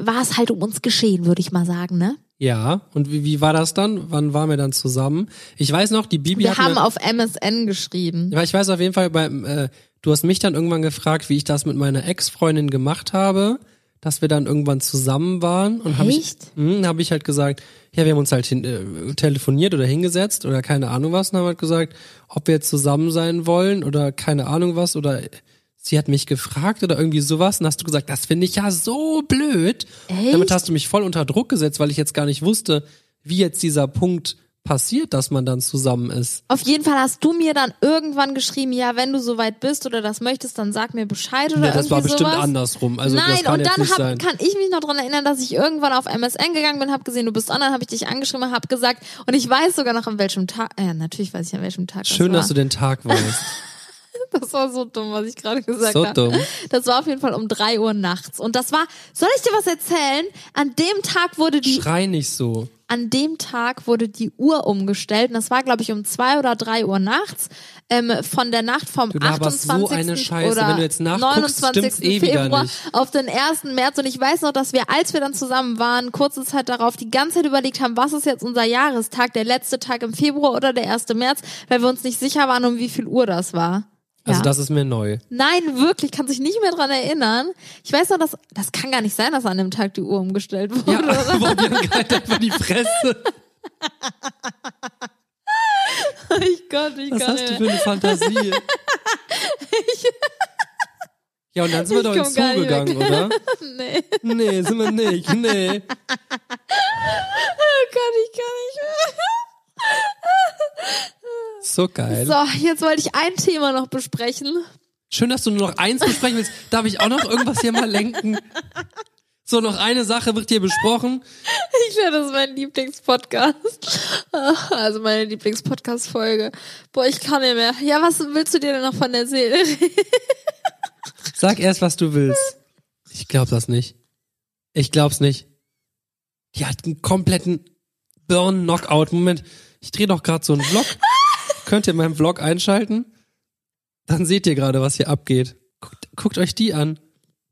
Speaker 1: war es halt um uns geschehen, würde ich mal sagen, ne?
Speaker 2: Ja, und wie, wie war das dann? Wann waren wir dann zusammen? Ich weiß noch, die Bibi
Speaker 1: Wir
Speaker 2: hat
Speaker 1: haben
Speaker 2: mir,
Speaker 1: auf MSN geschrieben.
Speaker 2: Ja, ich weiß auf jeden Fall, beim, äh, du hast mich dann irgendwann gefragt, wie ich das mit meiner Ex-Freundin gemacht habe, dass wir dann irgendwann zusammen waren und habe ich,
Speaker 1: Echt?
Speaker 2: hm, hab ich halt gesagt, ja, wir haben uns halt hin, äh, telefoniert oder hingesetzt oder keine Ahnung was und haben halt gesagt, ob wir jetzt zusammen sein wollen oder keine Ahnung was oder sie hat mich gefragt oder irgendwie sowas und hast du gesagt, das finde ich ja so blöd.
Speaker 1: Echt?
Speaker 2: Damit hast du mich voll unter Druck gesetzt, weil ich jetzt gar nicht wusste, wie jetzt dieser Punkt passiert, dass man dann zusammen ist.
Speaker 1: Auf jeden Fall hast du mir dann irgendwann geschrieben, ja, wenn du soweit bist oder das möchtest, dann sag mir Bescheid oder
Speaker 2: Ja, das
Speaker 1: irgendwie
Speaker 2: war bestimmt
Speaker 1: sowas.
Speaker 2: andersrum. Also
Speaker 1: Nein,
Speaker 2: das kann
Speaker 1: und
Speaker 2: jetzt
Speaker 1: dann
Speaker 2: nicht
Speaker 1: hab,
Speaker 2: sein.
Speaker 1: kann ich mich noch dran erinnern, dass ich irgendwann auf MSN gegangen bin, hab gesehen, du bist online, hab ich dich angeschrieben, hab gesagt, und ich weiß sogar noch an welchem Tag, äh, natürlich weiß ich an welchem Tag
Speaker 2: Schön, dass
Speaker 1: das
Speaker 2: du
Speaker 1: war.
Speaker 2: den Tag weißt.
Speaker 1: *laughs* Das war so dumm, was ich gerade gesagt
Speaker 2: So
Speaker 1: habe.
Speaker 2: dumm.
Speaker 1: Das war auf jeden Fall um drei Uhr nachts. Und das war, soll ich dir was erzählen? An dem Tag wurde die,
Speaker 2: Schrei nicht so.
Speaker 1: an dem Tag wurde die Uhr umgestellt. Und das war, glaube ich, um zwei oder drei Uhr nachts. Ähm, von der Nacht vom
Speaker 2: Du laberst
Speaker 1: 28.
Speaker 2: so eine Scheiße.
Speaker 1: oder
Speaker 2: Wenn du jetzt nachguckst,
Speaker 1: 29.
Speaker 2: stimmt's eh wieder
Speaker 1: Februar
Speaker 2: nicht.
Speaker 1: auf den 1. März. Und ich weiß noch, dass wir, als wir dann zusammen waren, kurze Zeit darauf die ganze Zeit überlegt haben, was ist jetzt unser Jahrestag, der letzte Tag im Februar oder der 1. März, weil wir uns nicht sicher waren, um wie viel Uhr das war.
Speaker 2: Also
Speaker 1: Ja.
Speaker 2: das ist
Speaker 1: *laughs*
Speaker 2: mir neu.
Speaker 1: Nein, wirklich, kann sich nicht mehr dran erinnern. Ich weiß noch, dass, das kann gar nicht sein, dass an dem Tag die Uhr umgestellt wurde. *laughs*
Speaker 2: Ja, warum denn halt einfach die Fresse?
Speaker 1: Ich kann, ich
Speaker 2: Was
Speaker 1: kann.
Speaker 2: hast du für eine Fantasie? Ja, und dann sind wir
Speaker 1: Ich
Speaker 2: doch
Speaker 1: komm
Speaker 2: ins Zoo
Speaker 1: gar nicht
Speaker 2: gegangen, oder?
Speaker 1: Nee,
Speaker 2: Nee, sind wir nicht. Nee.
Speaker 1: kann ich gar
Speaker 2: So geil.
Speaker 1: nicht. So, jetzt wollte ich ein Thema noch besprechen.
Speaker 2: Schön, dass du nur noch eins besprechen willst. Darf ich auch noch irgendwas hier mal lenken? So, noch eine Sache wird hier besprochen.
Speaker 1: Ich glaube, das ist mein Lieblingspodcast. *laughs* Also meine Lieblingspodcast-Folge. Boah, ich kann nicht mehr. Ja, was willst du dir denn noch von der Seele reden?
Speaker 2: Sag erst, was du willst. Ich glaub das nicht. Ich glaub's nicht. Die hat einen kompletten Burn-Knockout. Moment, ich drehe doch gerade so einen
Speaker 1: *laughs*
Speaker 2: Vlog. Könnt ihr meinen Vlog einschalten? Dann seht ihr gerade, was hier abgeht. Guckt, guckt euch die an.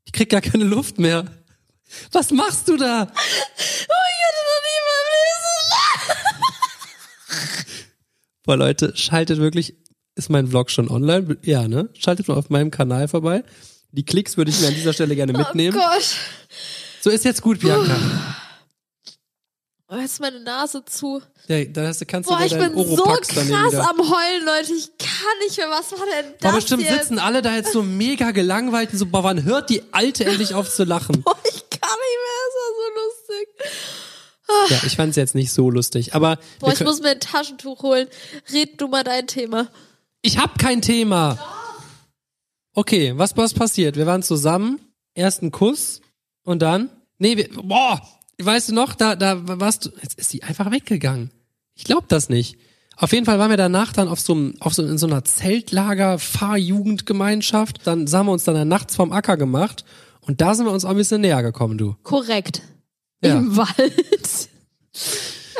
Speaker 2: Ich krieg gar keine Luft mehr. Was machst
Speaker 1: *laughs*
Speaker 2: du da?
Speaker 1: Oh,
Speaker 2: Boah, Leute, schaltet wirklich. Ist mein Vlog schon online? Ja, ne? Schaltet mal auf meinem Kanal vorbei. Die Klicks würde ich mir an dieser Stelle gerne mitnehmen.
Speaker 1: Oh Gott.
Speaker 2: so ist jetzt
Speaker 1: *laughs*
Speaker 2: gut, Bianca.
Speaker 1: Oh, jetzt ist meine Nase zu.
Speaker 2: Ja, dann hast du, kannst
Speaker 1: Boah,
Speaker 2: du
Speaker 1: ich
Speaker 2: dir deinen
Speaker 1: bin so
Speaker 2: Oropax daneben
Speaker 1: krass
Speaker 2: wieder.
Speaker 1: am Heulen, Leute. Ich kann nicht mehr. Was war denn das
Speaker 2: Aber bestimmt
Speaker 1: jetzt?
Speaker 2: sitzen alle da jetzt so mega gelangweilt und so, boah, wann hört die Alte endlich auf zu
Speaker 1: *laughs*
Speaker 2: lachen?
Speaker 1: Boah, ich kann nicht mehr. Es war so lustig.
Speaker 2: Ja, ich fand's jetzt nicht so lustig, aber
Speaker 1: Ah. Boah,
Speaker 2: wir
Speaker 1: ich
Speaker 2: können-
Speaker 1: muss mir ein Taschentuch holen. Red du mal dein Thema.
Speaker 2: ich hab kein Thema. Okay, was, was passiert? Wir waren zusammen, ersten Kuss und dann, nee, wir, boah, weißt du noch, da, da warst du, jetzt ist sie einfach weggegangen. Ich glaub das nicht. Auf jeden Fall waren wir danach dann auf so, einem- auf so in so einer Zeltlager Fahrjugendgemeinschaft. Dann haben wir uns dann nachts vom Acker gemacht und da sind wir uns auch ein bisschen näher gekommen, du.
Speaker 1: Korrekt.
Speaker 2: Ja.
Speaker 1: Im Wald. *laughs*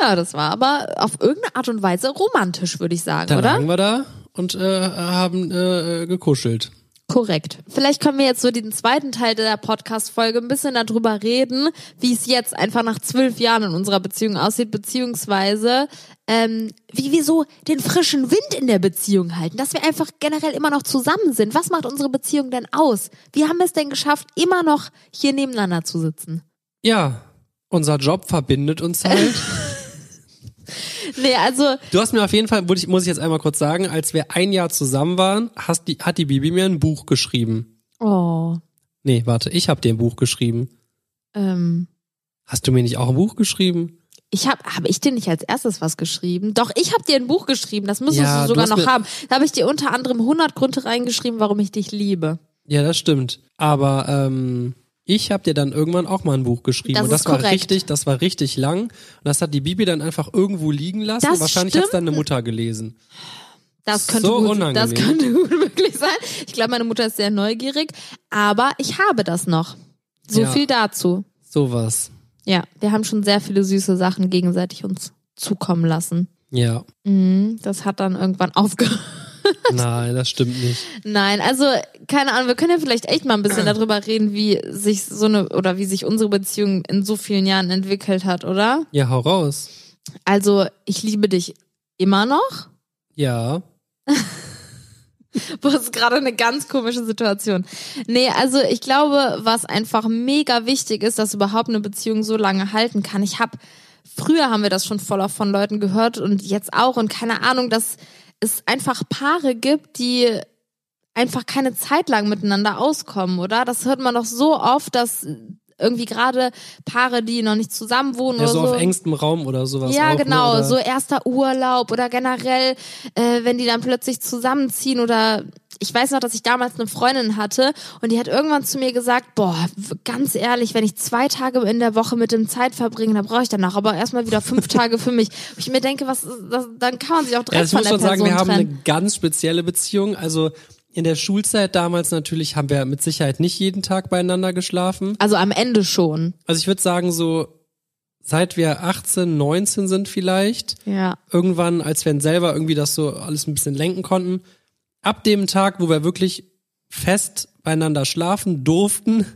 Speaker 1: Ja, das war aber auf irgendeine Art und Weise romantisch, würde ich sagen,
Speaker 2: Dann
Speaker 1: oder?
Speaker 2: lagen wir da und äh, haben äh, äh, gekuschelt.
Speaker 1: Korrekt. Vielleicht können wir jetzt so den zweiten Teil der Podcast-Folge ein bisschen darüber reden, wie es jetzt einfach nach zwölf Jahren in unserer Beziehung aussieht, beziehungsweise ähm, wie wir so den frischen Wind in der Beziehung halten, dass wir einfach generell immer noch zusammen sind. Was macht unsere Beziehung denn aus? Wie haben wir es denn geschafft, immer noch hier nebeneinander zu sitzen?
Speaker 2: Ja, unser Job verbindet uns halt.
Speaker 1: Nee, also
Speaker 2: Du hast mir auf jeden Fall, wurde ich- muss ich jetzt einmal kurz sagen, als wir ein Jahr zusammen waren, hast die, hat die Bibi mir ein Buch geschrieben.
Speaker 1: Oh,
Speaker 2: Nee, warte, ich habe dir ein Buch geschrieben.
Speaker 1: ähm,
Speaker 2: Hast du mir nicht auch ein Buch geschrieben?
Speaker 1: ich habe habe ich dir nicht als erstes was geschrieben? Doch, ich habe dir ein Buch geschrieben, das müsstest
Speaker 2: Ja,
Speaker 1: du
Speaker 2: du
Speaker 1: sogar
Speaker 2: hast
Speaker 1: noch
Speaker 2: mir-
Speaker 1: haben. Da habe ich dir unter anderem 100 Gründe reingeschrieben, warum ich dich liebe.
Speaker 2: Ja, das stimmt. Aber ähm, ich habe dir dann irgendwann auch mal ein Buch geschrieben.
Speaker 1: Das
Speaker 2: und
Speaker 1: ist
Speaker 2: das war
Speaker 1: korrekt.
Speaker 2: richtig, das war richtig lang. Und das hat die Bibi dann einfach irgendwo liegen lassen.
Speaker 1: Das
Speaker 2: Wahrscheinlich hat's dann eine Mutter gelesen.
Speaker 1: Das könnte,
Speaker 2: So
Speaker 1: gut,
Speaker 2: unangenehm.
Speaker 1: das könnte *laughs* gut möglich sein. Ich glaube, meine Mutter ist sehr neugierig, aber ich habe das noch. So
Speaker 2: Ja.
Speaker 1: viel dazu.
Speaker 2: Sowas.
Speaker 1: Ja, wir haben schon sehr viele süße Sachen gegenseitig uns zukommen lassen.
Speaker 2: Ja.
Speaker 1: *laughs* Mhm, das hat dann irgendwann *laughs* aufgehört.
Speaker 2: Nein, das stimmt nicht.
Speaker 1: Nein, also keine Ahnung, wir können ja vielleicht echt mal ein
Speaker 2: *clears throat*
Speaker 1: bisschen darüber reden, wie sich so eine oder wie sich unsere Beziehung in so vielen Jahren entwickelt hat, oder?
Speaker 2: Ja, hau raus.
Speaker 1: Also, ich liebe dich immer noch. *laughs*
Speaker 2: Ja.
Speaker 1: Boah, das ist gerade eine ganz komische Situation. Nee, also ich glaube, was einfach mega wichtig ist, dass überhaupt eine Beziehung so lange halten kann. Ich habe früher haben wir das schon voll oft von Leuten gehört und jetzt auch und keine Ahnung, dass es einfach Paare gibt, die einfach keine Zeit lang miteinander auskommen, oder? Das hört man doch so oft, dass irgendwie gerade Paare, die noch nicht zusammen wohnen
Speaker 2: Ja,
Speaker 1: oder
Speaker 2: so
Speaker 1: so
Speaker 2: auf engstem Raum oder sowas.
Speaker 1: Also- ja,
Speaker 2: auch, ne?
Speaker 1: genau.
Speaker 2: Oder-
Speaker 1: So erster Urlaub oder generell, äh, wenn die dann plötzlich zusammenziehen oder ich weiß noch, dass ich damals eine Freundin hatte und die hat irgendwann zu mir gesagt, boah, w- ganz ehrlich, wenn ich zwei Tage in der Woche mit dem Zeit verbringe, dann brauche ich danach aber erstmal wieder
Speaker 2: *laughs*
Speaker 1: fünf Tage für mich. Wo ich mir denke, was, ist das, dann kann man sich auch
Speaker 2: Ja,
Speaker 1: direkt
Speaker 2: ich
Speaker 1: von
Speaker 2: muss
Speaker 1: der
Speaker 2: schon
Speaker 1: Person
Speaker 2: sagen, wir haben
Speaker 1: trennen.
Speaker 2: eine ganz spezielle Beziehung. Also in der Schulzeit damals natürlich haben wir mit Sicherheit nicht jeden Tag beieinander geschlafen.
Speaker 1: Also am Ende schon.
Speaker 2: Also ich würde sagen, so seit wir 18, 19 sind vielleicht,
Speaker 1: Ja.
Speaker 2: irgendwann, als wir selber irgendwie das so alles ein bisschen lenken konnten, ab dem Tag, wo wir wirklich fest beieinander
Speaker 1: *laughs*
Speaker 2: schlafen durften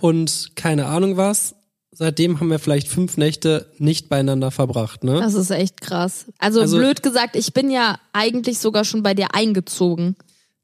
Speaker 2: und keine Ahnung was, seitdem haben wir vielleicht fünf Nächte nicht beieinander verbracht, ne?
Speaker 1: Das ist echt krass. Also,
Speaker 2: Also-
Speaker 1: blöd gesagt, ich bin ja eigentlich sogar schon bei dir eingezogen.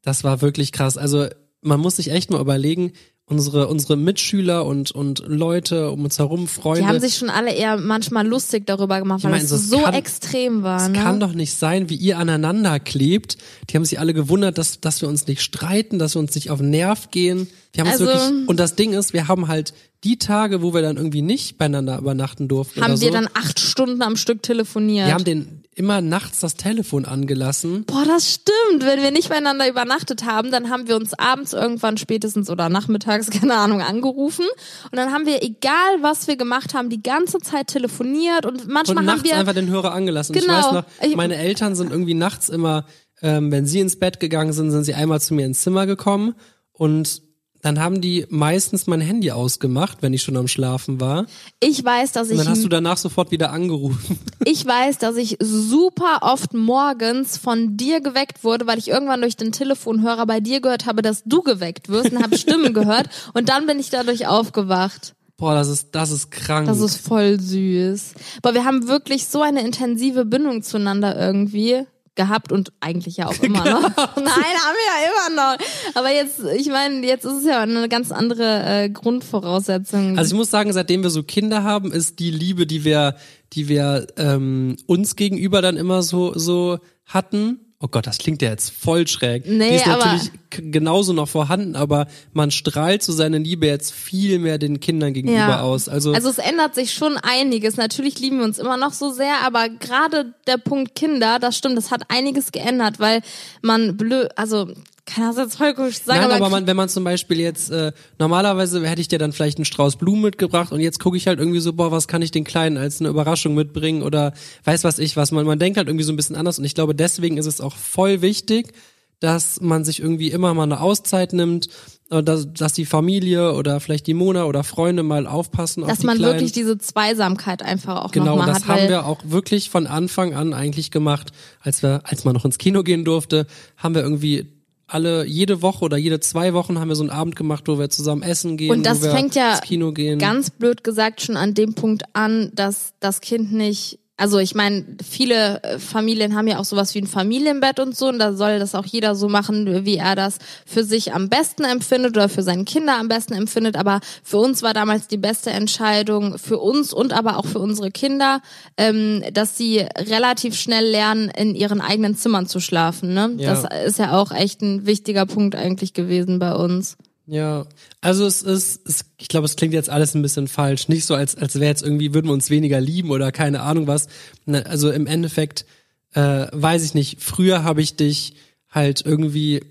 Speaker 2: Das war wirklich krass. Also man muss sich echt mal überlegen, unsere, unsere Mitschüler und, und Leute um uns herum, Freunde.
Speaker 1: Die haben sich schon alle eher manchmal lustig darüber gemacht,
Speaker 2: Ich
Speaker 1: weil
Speaker 2: meine,
Speaker 1: es
Speaker 2: so, es
Speaker 1: so
Speaker 2: kann-
Speaker 1: extrem war.
Speaker 2: Es
Speaker 1: Ne?
Speaker 2: kann doch nicht sein, wie ihr aneinander klebt. Die haben sich alle gewundert, dass, dass wir uns nicht streiten, dass wir uns nicht auf den Nerv gehen. Wir haben
Speaker 1: Also-
Speaker 2: uns wirklich, und das Ding ist, wir haben halt die Tage, wo wir dann irgendwie nicht beieinander übernachten durften
Speaker 1: haben
Speaker 2: oder
Speaker 1: wir
Speaker 2: so.
Speaker 1: dann acht Stunden am Stück telefoniert.
Speaker 2: wir haben den immer nachts das Telefon angelassen.
Speaker 1: Boah, das stimmt. Wenn wir nicht beieinander übernachtet haben, dann haben wir uns abends irgendwann spätestens oder nachmittags, *laughs* keine Ahnung, angerufen. Und dann haben wir, egal was wir gemacht haben, die ganze Zeit telefoniert und
Speaker 2: Und
Speaker 1: manchmal haben
Speaker 2: nachts
Speaker 1: wir.
Speaker 2: einfach den Hörer angelassen. Und
Speaker 1: Genau.
Speaker 2: Ich weiß noch,
Speaker 1: Ich-
Speaker 2: meine Eltern sind irgendwie nachts immer, ähm, wenn sie ins Bett gegangen sind, sind sie einmal zu mir ins Zimmer gekommen und dann haben die meistens mein Handy ausgemacht, wenn ich schon am Schlafen war.
Speaker 1: ich weiß, dass
Speaker 2: Und
Speaker 1: ich
Speaker 2: dann hast du danach sofort wieder angerufen. *laughs*
Speaker 1: Ich weiß, dass ich super oft morgens von dir geweckt wurde, weil ich irgendwann durch den Telefonhörer bei dir gehört habe, dass du geweckt wirst und habe Stimmen gehört und dann bin ich dadurch aufgewacht.
Speaker 2: Boah, das ist, das ist krank.
Speaker 1: Das ist voll süß. Aber wir haben wirklich so eine intensive Bindung zueinander irgendwie gehabt und eigentlich ja auch immer noch. Nein, haben wir ja immer noch. Aber jetzt, ich meine, jetzt ist es ja eine ganz andere äh, Grundvoraussetzung.
Speaker 2: also ich muss sagen, seitdem wir so Kinder haben, ist die Liebe, die wir, die wir ähm, uns gegenüber dann immer so, so hatten. Oh Gott, das klingt ja jetzt voll schräg.
Speaker 1: Nee,
Speaker 2: die ist
Speaker 1: aber-
Speaker 2: natürlich k- genauso noch vorhanden, aber man strahlt so seine Liebe jetzt viel mehr den Kindern gegenüber aus. Also,
Speaker 1: also es ändert sich schon einiges. Natürlich lieben wir uns immer noch so sehr, aber gerade der Punkt Kinder, das stimmt, das hat einiges geändert, weil man blöd, also kann das jetzt voll komisch sagen,
Speaker 2: Nein,
Speaker 1: aber,
Speaker 2: aber man, wenn man zum Beispiel jetzt, äh, normalerweise hätte ich dir dann vielleicht einen Strauß Blumen mitgebracht und jetzt gucke ich halt irgendwie so, boah, was kann ich den Kleinen als eine Überraschung mitbringen oder weiß was ich was. Man, man denkt halt irgendwie so ein bisschen anders und ich glaube, deswegen ist es auch voll wichtig, dass man sich irgendwie immer mal eine Auszeit nimmt, äh, dass, dass die Familie oder vielleicht die Mona oder Freunde mal aufpassen auf
Speaker 1: dass
Speaker 2: die
Speaker 1: man
Speaker 2: Kleinen.
Speaker 1: wirklich diese Zweisamkeit einfach auch
Speaker 2: Genau,
Speaker 1: nochmal
Speaker 2: das
Speaker 1: hat.
Speaker 2: haben
Speaker 1: weil
Speaker 2: wir auch wirklich von Anfang an eigentlich gemacht, als wir, als man noch ins Kino gehen durfte, haben wir irgendwie alle jede Woche oder jede zwei Wochen haben wir so einen Abend gemacht, wo wir zusammen essen gehen,
Speaker 1: Und das
Speaker 2: wo wir
Speaker 1: fängt ja
Speaker 2: ins Kino gehen.
Speaker 1: ganz blöd gesagt schon an dem Punkt an, dass das Kind nicht, also ich meine, viele äh, Familien haben ja auch sowas wie ein Familienbett und so und da soll das auch jeder so machen, wie er das für sich am besten empfindet oder für seine Kinder am besten empfindet, aber für uns war damals die beste Entscheidung, für uns und aber auch für unsere Kinder, ähm, dass sie relativ schnell lernen, in ihren eigenen Zimmern zu schlafen. Ne?
Speaker 2: Ja.
Speaker 1: Das ist ja auch echt ein wichtiger Punkt eigentlich gewesen bei uns.
Speaker 2: ja, also es ist, es, ich glaube, es klingt jetzt alles ein bisschen falsch, nicht so als als wäre jetzt irgendwie würden wir uns weniger lieben oder keine Ahnung was. Ne, Also im Endeffekt äh, weiß ich nicht. Früher habe ich dich halt irgendwie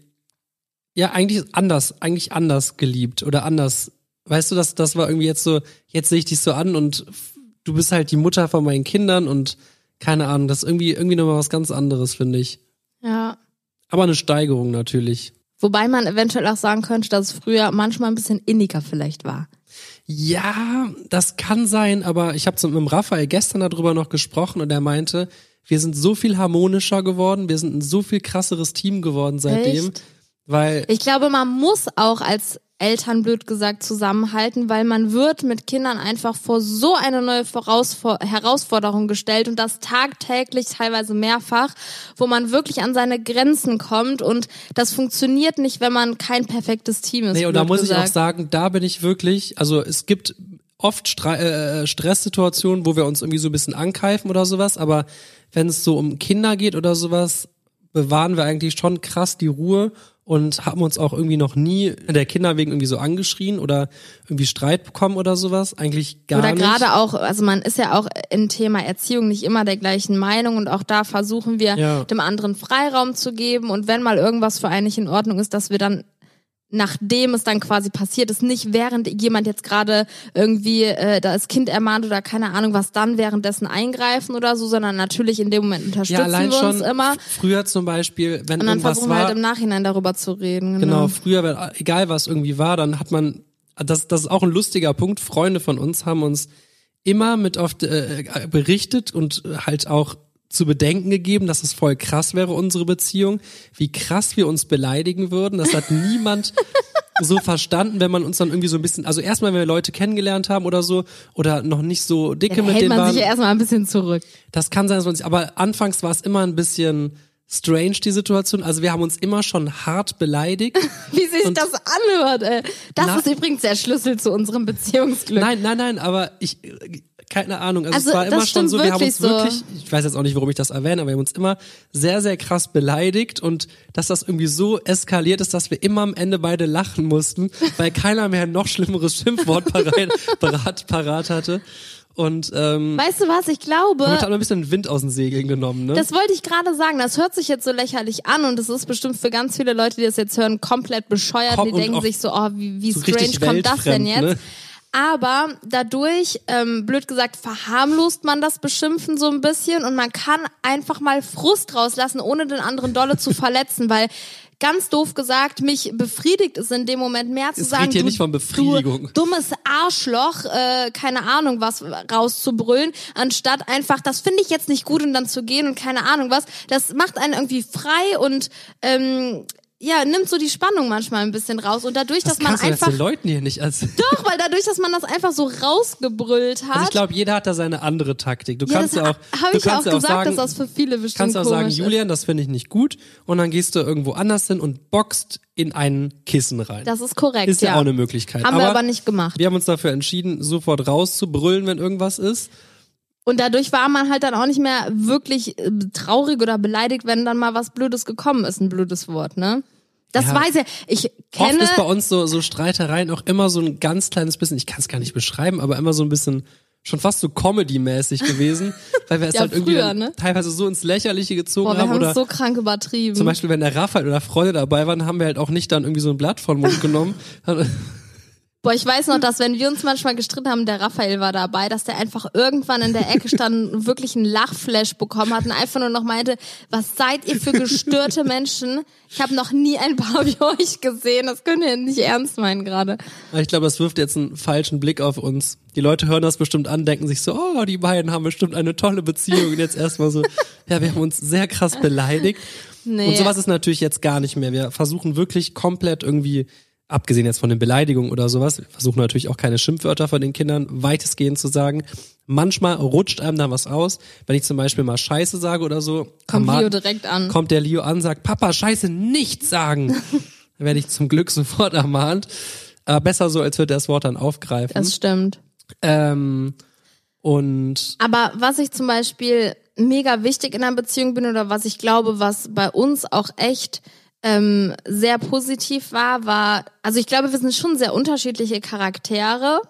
Speaker 2: ja eigentlich anders, eigentlich anders geliebt oder anders. Weißt du, das, das war irgendwie jetzt so, jetzt sehe ich dich so an und f- du bist halt die Mutter von meinen Kindern und keine Ahnung, das ist irgendwie, irgendwie nochmal was ganz anderes, finde ich.
Speaker 1: Ja.
Speaker 2: Aber eine Steigerung natürlich.
Speaker 1: Wobei man eventuell auch sagen könnte, dass es früher manchmal ein bisschen inniger vielleicht war.
Speaker 2: Ja, das kann sein, aber ich habe mit dem Raphael gestern darüber noch gesprochen und er meinte, wir sind so viel harmonischer geworden, wir sind ein so viel krasseres Team geworden seitdem,
Speaker 1: Echt?
Speaker 2: weil
Speaker 1: Ich glaube, man muss auch als Eltern, blöd gesagt, zusammenhalten, weil man wird mit Kindern einfach vor so eine neue Vorausfor Herausforderung gestellt und das tagtäglich, teilweise mehrfach, wo man wirklich an seine Grenzen kommt und das funktioniert nicht, wenn man kein perfektes Team ist.
Speaker 2: Nee, und da
Speaker 1: blöd
Speaker 2: muss
Speaker 1: gesagt.
Speaker 2: ich auch sagen, da bin ich wirklich, also es gibt oft Stre äh, Stresssituationen, wo wir uns irgendwie so ein bisschen ankeifen oder sowas, aber wenn es so um Kinder geht oder sowas, bewahren wir eigentlich schon krass die Ruhe und haben uns auch irgendwie noch nie der Kinder wegen irgendwie so angeschrien oder irgendwie Streit bekommen oder sowas, eigentlich gar
Speaker 1: Oder
Speaker 2: nicht.
Speaker 1: gerade auch, also man ist ja auch im Thema Erziehung nicht immer der gleichen Meinung und auch da versuchen wir,
Speaker 2: Ja.
Speaker 1: dem anderen Freiraum zu geben und wenn mal irgendwas für einen nicht in Ordnung ist, dass wir dann nachdem es dann quasi passiert ist, nicht während jemand jetzt gerade irgendwie äh, das Kind ermahnt oder keine Ahnung was dann währenddessen eingreifen oder so, sondern natürlich in dem Moment unterstützen
Speaker 2: ja, allein
Speaker 1: wir
Speaker 2: schon
Speaker 1: uns immer
Speaker 2: früher zum Beispiel, wenn
Speaker 1: und dann
Speaker 2: irgendwas
Speaker 1: versuchen wir
Speaker 2: war,
Speaker 1: halt im Nachhinein darüber zu reden.
Speaker 2: Genau, früher, wenn, egal was irgendwie war, dann hat man, das, das ist auch ein lustiger Punkt, Freunde von uns haben uns immer mit oft äh, äh, berichtet und halt auch zu bedenken gegeben, dass es voll krass wäre, unsere Beziehung, wie krass wir uns beleidigen würden. Das
Speaker 1: *laughs*
Speaker 2: hat niemand so verstanden, wenn man uns dann irgendwie so ein bisschen, also erstmal, wenn wir Leute kennengelernt haben oder so, oder noch nicht so dicke
Speaker 1: Dann
Speaker 2: mit
Speaker 1: hält
Speaker 2: denen
Speaker 1: man
Speaker 2: waren.
Speaker 1: sich ja erstmal ein bisschen zurück.
Speaker 2: Das kann sein, dass man sich, aber anfangs war es immer ein bisschen strange, die Situation. Also wir haben uns immer schon hart beleidigt.
Speaker 1: Wie sich
Speaker 2: Und-
Speaker 1: das anhört, ey. Das
Speaker 2: Na-
Speaker 1: ist übrigens der Schlüssel zu unserem Beziehungsglück.
Speaker 2: Nein, nein, nein, aber ich, äh, keine Ahnung.
Speaker 1: Also,
Speaker 2: Also, es war
Speaker 1: das
Speaker 2: immer schon
Speaker 1: stimmt
Speaker 2: so, wir haben uns
Speaker 1: wirklich
Speaker 2: wirklich, ich weiß jetzt auch nicht, warum ich das erwähne, aber wir haben uns immer sehr, sehr krass beleidigt und dass das irgendwie so eskaliert ist, dass wir immer am Ende beide
Speaker 1: *laughs*
Speaker 2: lachen mussten, weil keiner mehr ein noch schlimmeres Schimpfwort parat, parat, parat hatte. Und ähm,
Speaker 1: Weißt du was, ich glaube,
Speaker 2: damit hat man ein bisschen den Wind aus den Segeln genommen, ne?
Speaker 1: das wollte ich gerade sagen, das hört sich jetzt so lächerlich an und das ist bestimmt für ganz viele Leute, die das jetzt hören, komplett bescheuert.
Speaker 2: Komm,
Speaker 1: die
Speaker 2: und
Speaker 1: denken
Speaker 2: auch
Speaker 1: sich so, oh, wie, wie
Speaker 2: so
Speaker 1: strange
Speaker 2: richtig
Speaker 1: kommt das denn jetzt?
Speaker 2: weltfremd, ne?
Speaker 1: Aber dadurch, ähm, blöd gesagt, verharmlost man das Beschimpfen so ein bisschen und man kann einfach mal Frust rauslassen, ohne den anderen dolle zu verletzen, weil ganz doof gesagt, mich befriedigt es in dem Moment mehr zu
Speaker 2: Es
Speaker 1: sagen,
Speaker 2: redet hier
Speaker 1: du,
Speaker 2: nicht von Befriedigung.
Speaker 1: du dummes Arschloch, äh, keine Ahnung was rauszubrüllen, anstatt einfach, das finde ich jetzt nicht gut und dann zu gehen und keine Ahnung was. Das macht einen irgendwie frei und ähm, ja, nimmt so die Spannung manchmal ein bisschen raus und dadurch, dass
Speaker 2: das
Speaker 1: man
Speaker 2: kannst du jetzt
Speaker 1: einfach
Speaker 2: den Leuten hier nicht als
Speaker 1: doch, weil dadurch, dass man das einfach so rausgebrüllt hat.
Speaker 2: Also ich glaube, jeder hat da seine andere Taktik. Du
Speaker 1: ja,
Speaker 2: kannst
Speaker 1: das
Speaker 2: ja auch,
Speaker 1: habe
Speaker 2: du
Speaker 1: ich ja auch
Speaker 2: kannst
Speaker 1: gesagt,
Speaker 2: sagen,
Speaker 1: dass das für viele bestimmt
Speaker 2: kannst auch sagen,
Speaker 1: komisch ist.
Speaker 2: Julian, das finde ich nicht gut. Und dann gehst du irgendwo anders hin und boxt in ein Kissen rein.
Speaker 1: Das ist korrekt,
Speaker 2: Ist ja,
Speaker 1: ja.
Speaker 2: auch eine Möglichkeit.
Speaker 1: Haben wir aber nicht gemacht.
Speaker 2: Wir haben uns dafür entschieden, sofort rauszubrüllen, wenn irgendwas ist.
Speaker 1: Und dadurch war man halt dann auch nicht mehr wirklich äh, traurig oder beleidigt, wenn dann mal was Blödes gekommen ist, ein blödes Wort, ne? Das
Speaker 2: Ja.
Speaker 1: weiß ja. Ich
Speaker 2: Oft
Speaker 1: kenne.
Speaker 2: ist bei uns so, so Streitereien auch immer so ein ganz kleines bisschen, ich kann es gar nicht beschreiben, aber immer so ein bisschen schon fast so Comedy-mäßig gewesen,
Speaker 1: *laughs*
Speaker 2: weil wir es
Speaker 1: Ja,
Speaker 2: halt irgendwie
Speaker 1: früher,
Speaker 2: dann
Speaker 1: ne?
Speaker 2: teilweise so ins Lächerliche gezogen
Speaker 1: Boah, wir
Speaker 2: haben
Speaker 1: haben
Speaker 2: oder
Speaker 1: es so krank übertrieben.
Speaker 2: Zum Beispiel, wenn der Raphael oder Freunde dabei waren, haben wir halt auch nicht dann irgendwie so ein Blatt vor den Mund
Speaker 1: *laughs*
Speaker 2: genommen.
Speaker 1: Boah, ich weiß noch, dass wenn wir uns manchmal gestritten haben, der Raphael war dabei, dass der einfach irgendwann in der Ecke stand
Speaker 2: *laughs*
Speaker 1: und wirklich einen Lachflash bekommen hat und einfach nur noch meinte, was seid ihr für gestörte Menschen? Ich habe noch nie ein paar wie euch gesehen. Das könnt ihr nicht ernst meinen gerade.
Speaker 2: Aber Ah, Ich glaube, das wirft jetzt einen falschen Blick auf uns. Die Leute hören das bestimmt an, denken sich so, oh, die beiden haben bestimmt eine tolle Beziehung. Und jetzt
Speaker 1: *laughs*
Speaker 2: erstmal so, ja, wir haben uns sehr krass beleidigt.
Speaker 1: Nee.
Speaker 2: Und sowas ist natürlich jetzt gar nicht mehr. Wir versuchen wirklich komplett irgendwie, abgesehen jetzt von den Beleidigungen oder sowas, wir versuchen natürlich auch keine Schimpfwörter von den Kindern weitestgehend zu sagen. Manchmal rutscht einem da was aus. Wenn ich zum Beispiel mal Scheiße sage oder so.
Speaker 1: Kommt
Speaker 2: am
Speaker 1: Leo
Speaker 2: Mar-
Speaker 1: direkt an.
Speaker 2: Kommt der Leo an, sagt, Papa, Scheiße, nichts
Speaker 1: *laughs*
Speaker 2: sagen. dann werde ich zum Glück sofort ermahnt. Aber besser so, als würde er das Wort dann aufgreifen.
Speaker 1: Das stimmt.
Speaker 2: ähm, und
Speaker 1: Aber was ich zum Beispiel mega wichtig in einer Beziehung bin oder was ich glaube, was bei uns auch echt ähm, sehr positiv war, war, also ich glaube, wir sind schon sehr unterschiedliche Charaktere.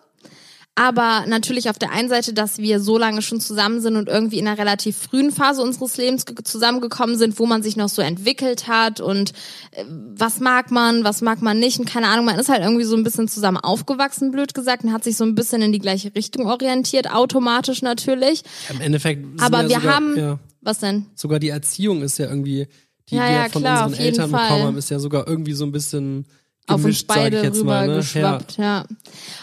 Speaker 1: Aber natürlich auf der einen Seite, dass wir so lange schon zusammen sind und irgendwie in einer relativ frühen Phase unseres Lebens ge- zusammengekommen sind, wo man sich noch so entwickelt hat und äh, was mag man, was mag man nicht und keine Ahnung, man ist halt irgendwie so ein bisschen zusammen aufgewachsen, blöd gesagt, und hat sich so ein bisschen in die gleiche Richtung orientiert, automatisch natürlich.
Speaker 2: im Endeffekt. sind
Speaker 1: Aber
Speaker 2: ja
Speaker 1: wir
Speaker 2: sogar,
Speaker 1: haben,
Speaker 2: Ja,
Speaker 1: was denn?
Speaker 2: sogar die Erziehung ist ja irgendwie, die
Speaker 1: Ja,
Speaker 2: wir
Speaker 1: ja,
Speaker 2: von
Speaker 1: klar, auf
Speaker 2: unseren
Speaker 1: jeden
Speaker 2: Eltern
Speaker 1: Fall.
Speaker 2: bekommen haben, ist ja sogar irgendwie so ein bisschen
Speaker 1: auf uns
Speaker 2: gemischt, sag ich
Speaker 1: beide
Speaker 2: jetzt
Speaker 1: rüber
Speaker 2: mal. Ne? Ja.
Speaker 1: geschwappt, ja.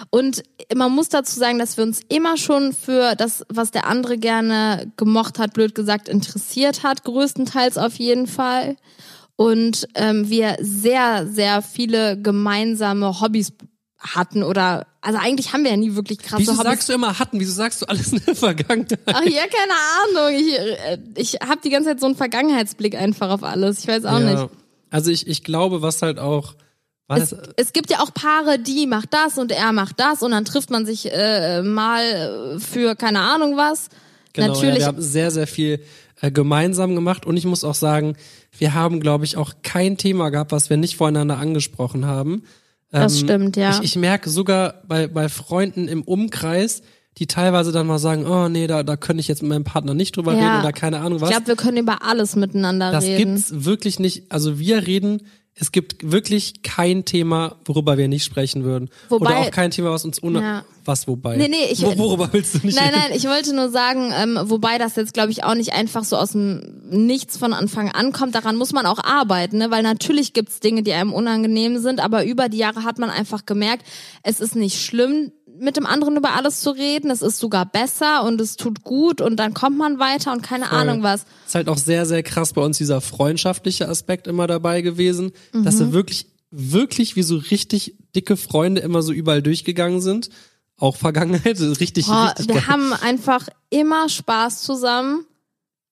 Speaker 1: Und man muss dazu sagen, dass wir uns immer schon für das, was der andere gerne gemocht hat, blöd gesagt, interessiert hat, größtenteils auf jeden Fall. Und ähm, wir sehr, sehr viele gemeinsame Hobbys hatten oder, also eigentlich haben wir ja nie wirklich krasse
Speaker 2: Wieso
Speaker 1: Hobbys.
Speaker 2: sagst du immer hatten? Wieso sagst du alles in der Vergangenheit?
Speaker 1: Ach ja, keine Ahnung. Ich, äh, ich habe die ganze Zeit so einen Vergangenheitsblick einfach auf alles. Ich weiß auch nicht.
Speaker 2: Also ich, ich glaube, was halt auch, war
Speaker 1: Es,
Speaker 2: das,
Speaker 1: es gibt ja auch Paare, die macht das und er macht das und dann trifft man sich äh, mal äh, für keine Ahnung was.
Speaker 2: Genau,
Speaker 1: Natürlich.
Speaker 2: Ja, wir haben sehr, sehr viel äh, gemeinsam gemacht und ich muss auch sagen, wir haben, glaube ich, auch kein Thema gehabt, was wir nicht voreinander angesprochen haben.
Speaker 1: das stimmt, ja.
Speaker 2: ähm, Ich, ich merke sogar bei, bei Freunden im Umkreis, die teilweise dann mal sagen, oh nee, da, da könnte ich jetzt mit meinem Partner nicht drüber
Speaker 1: Ja.
Speaker 2: reden oder keine Ahnung
Speaker 1: ich
Speaker 2: was.
Speaker 1: glaube, wir können über alles miteinander
Speaker 2: das
Speaker 1: reden.
Speaker 2: gibt's wirklich nicht. Also wir reden, es gibt wirklich kein Thema, worüber wir nicht sprechen würden.
Speaker 1: Wobei-
Speaker 2: oder auch kein Thema, was uns ohne,
Speaker 1: Ja.
Speaker 2: was wobei.
Speaker 1: Nee, nee, ich-
Speaker 2: Wo, worüber willst du nicht
Speaker 1: Nein,
Speaker 2: reden?
Speaker 1: nein, ich wollte nur sagen, ähm, wobei das jetzt, glaube ich, auch nicht einfach so aus dem Nichts von Anfang an kommt. Daran muss man auch arbeiten, ne? weil natürlich gibt's Dinge, die einem unangenehm sind, aber über die Jahre hat man einfach gemerkt, es ist nicht schlimm, mit dem anderen über alles zu reden. Es ist sogar besser und es tut gut und dann kommt man weiter und keine Ahnung was.
Speaker 2: Ist halt auch sehr, sehr krass bei uns dieser freundschaftliche Aspekt immer dabei gewesen,
Speaker 1: Mhm.
Speaker 2: dass wir wirklich, wirklich wie so richtig dicke Freunde immer so überall durchgegangen sind. Auch Vergangenheit, *laughs* richtig,
Speaker 1: Boah,
Speaker 2: richtig
Speaker 1: wir
Speaker 2: geil.
Speaker 1: haben einfach immer Spaß zusammen.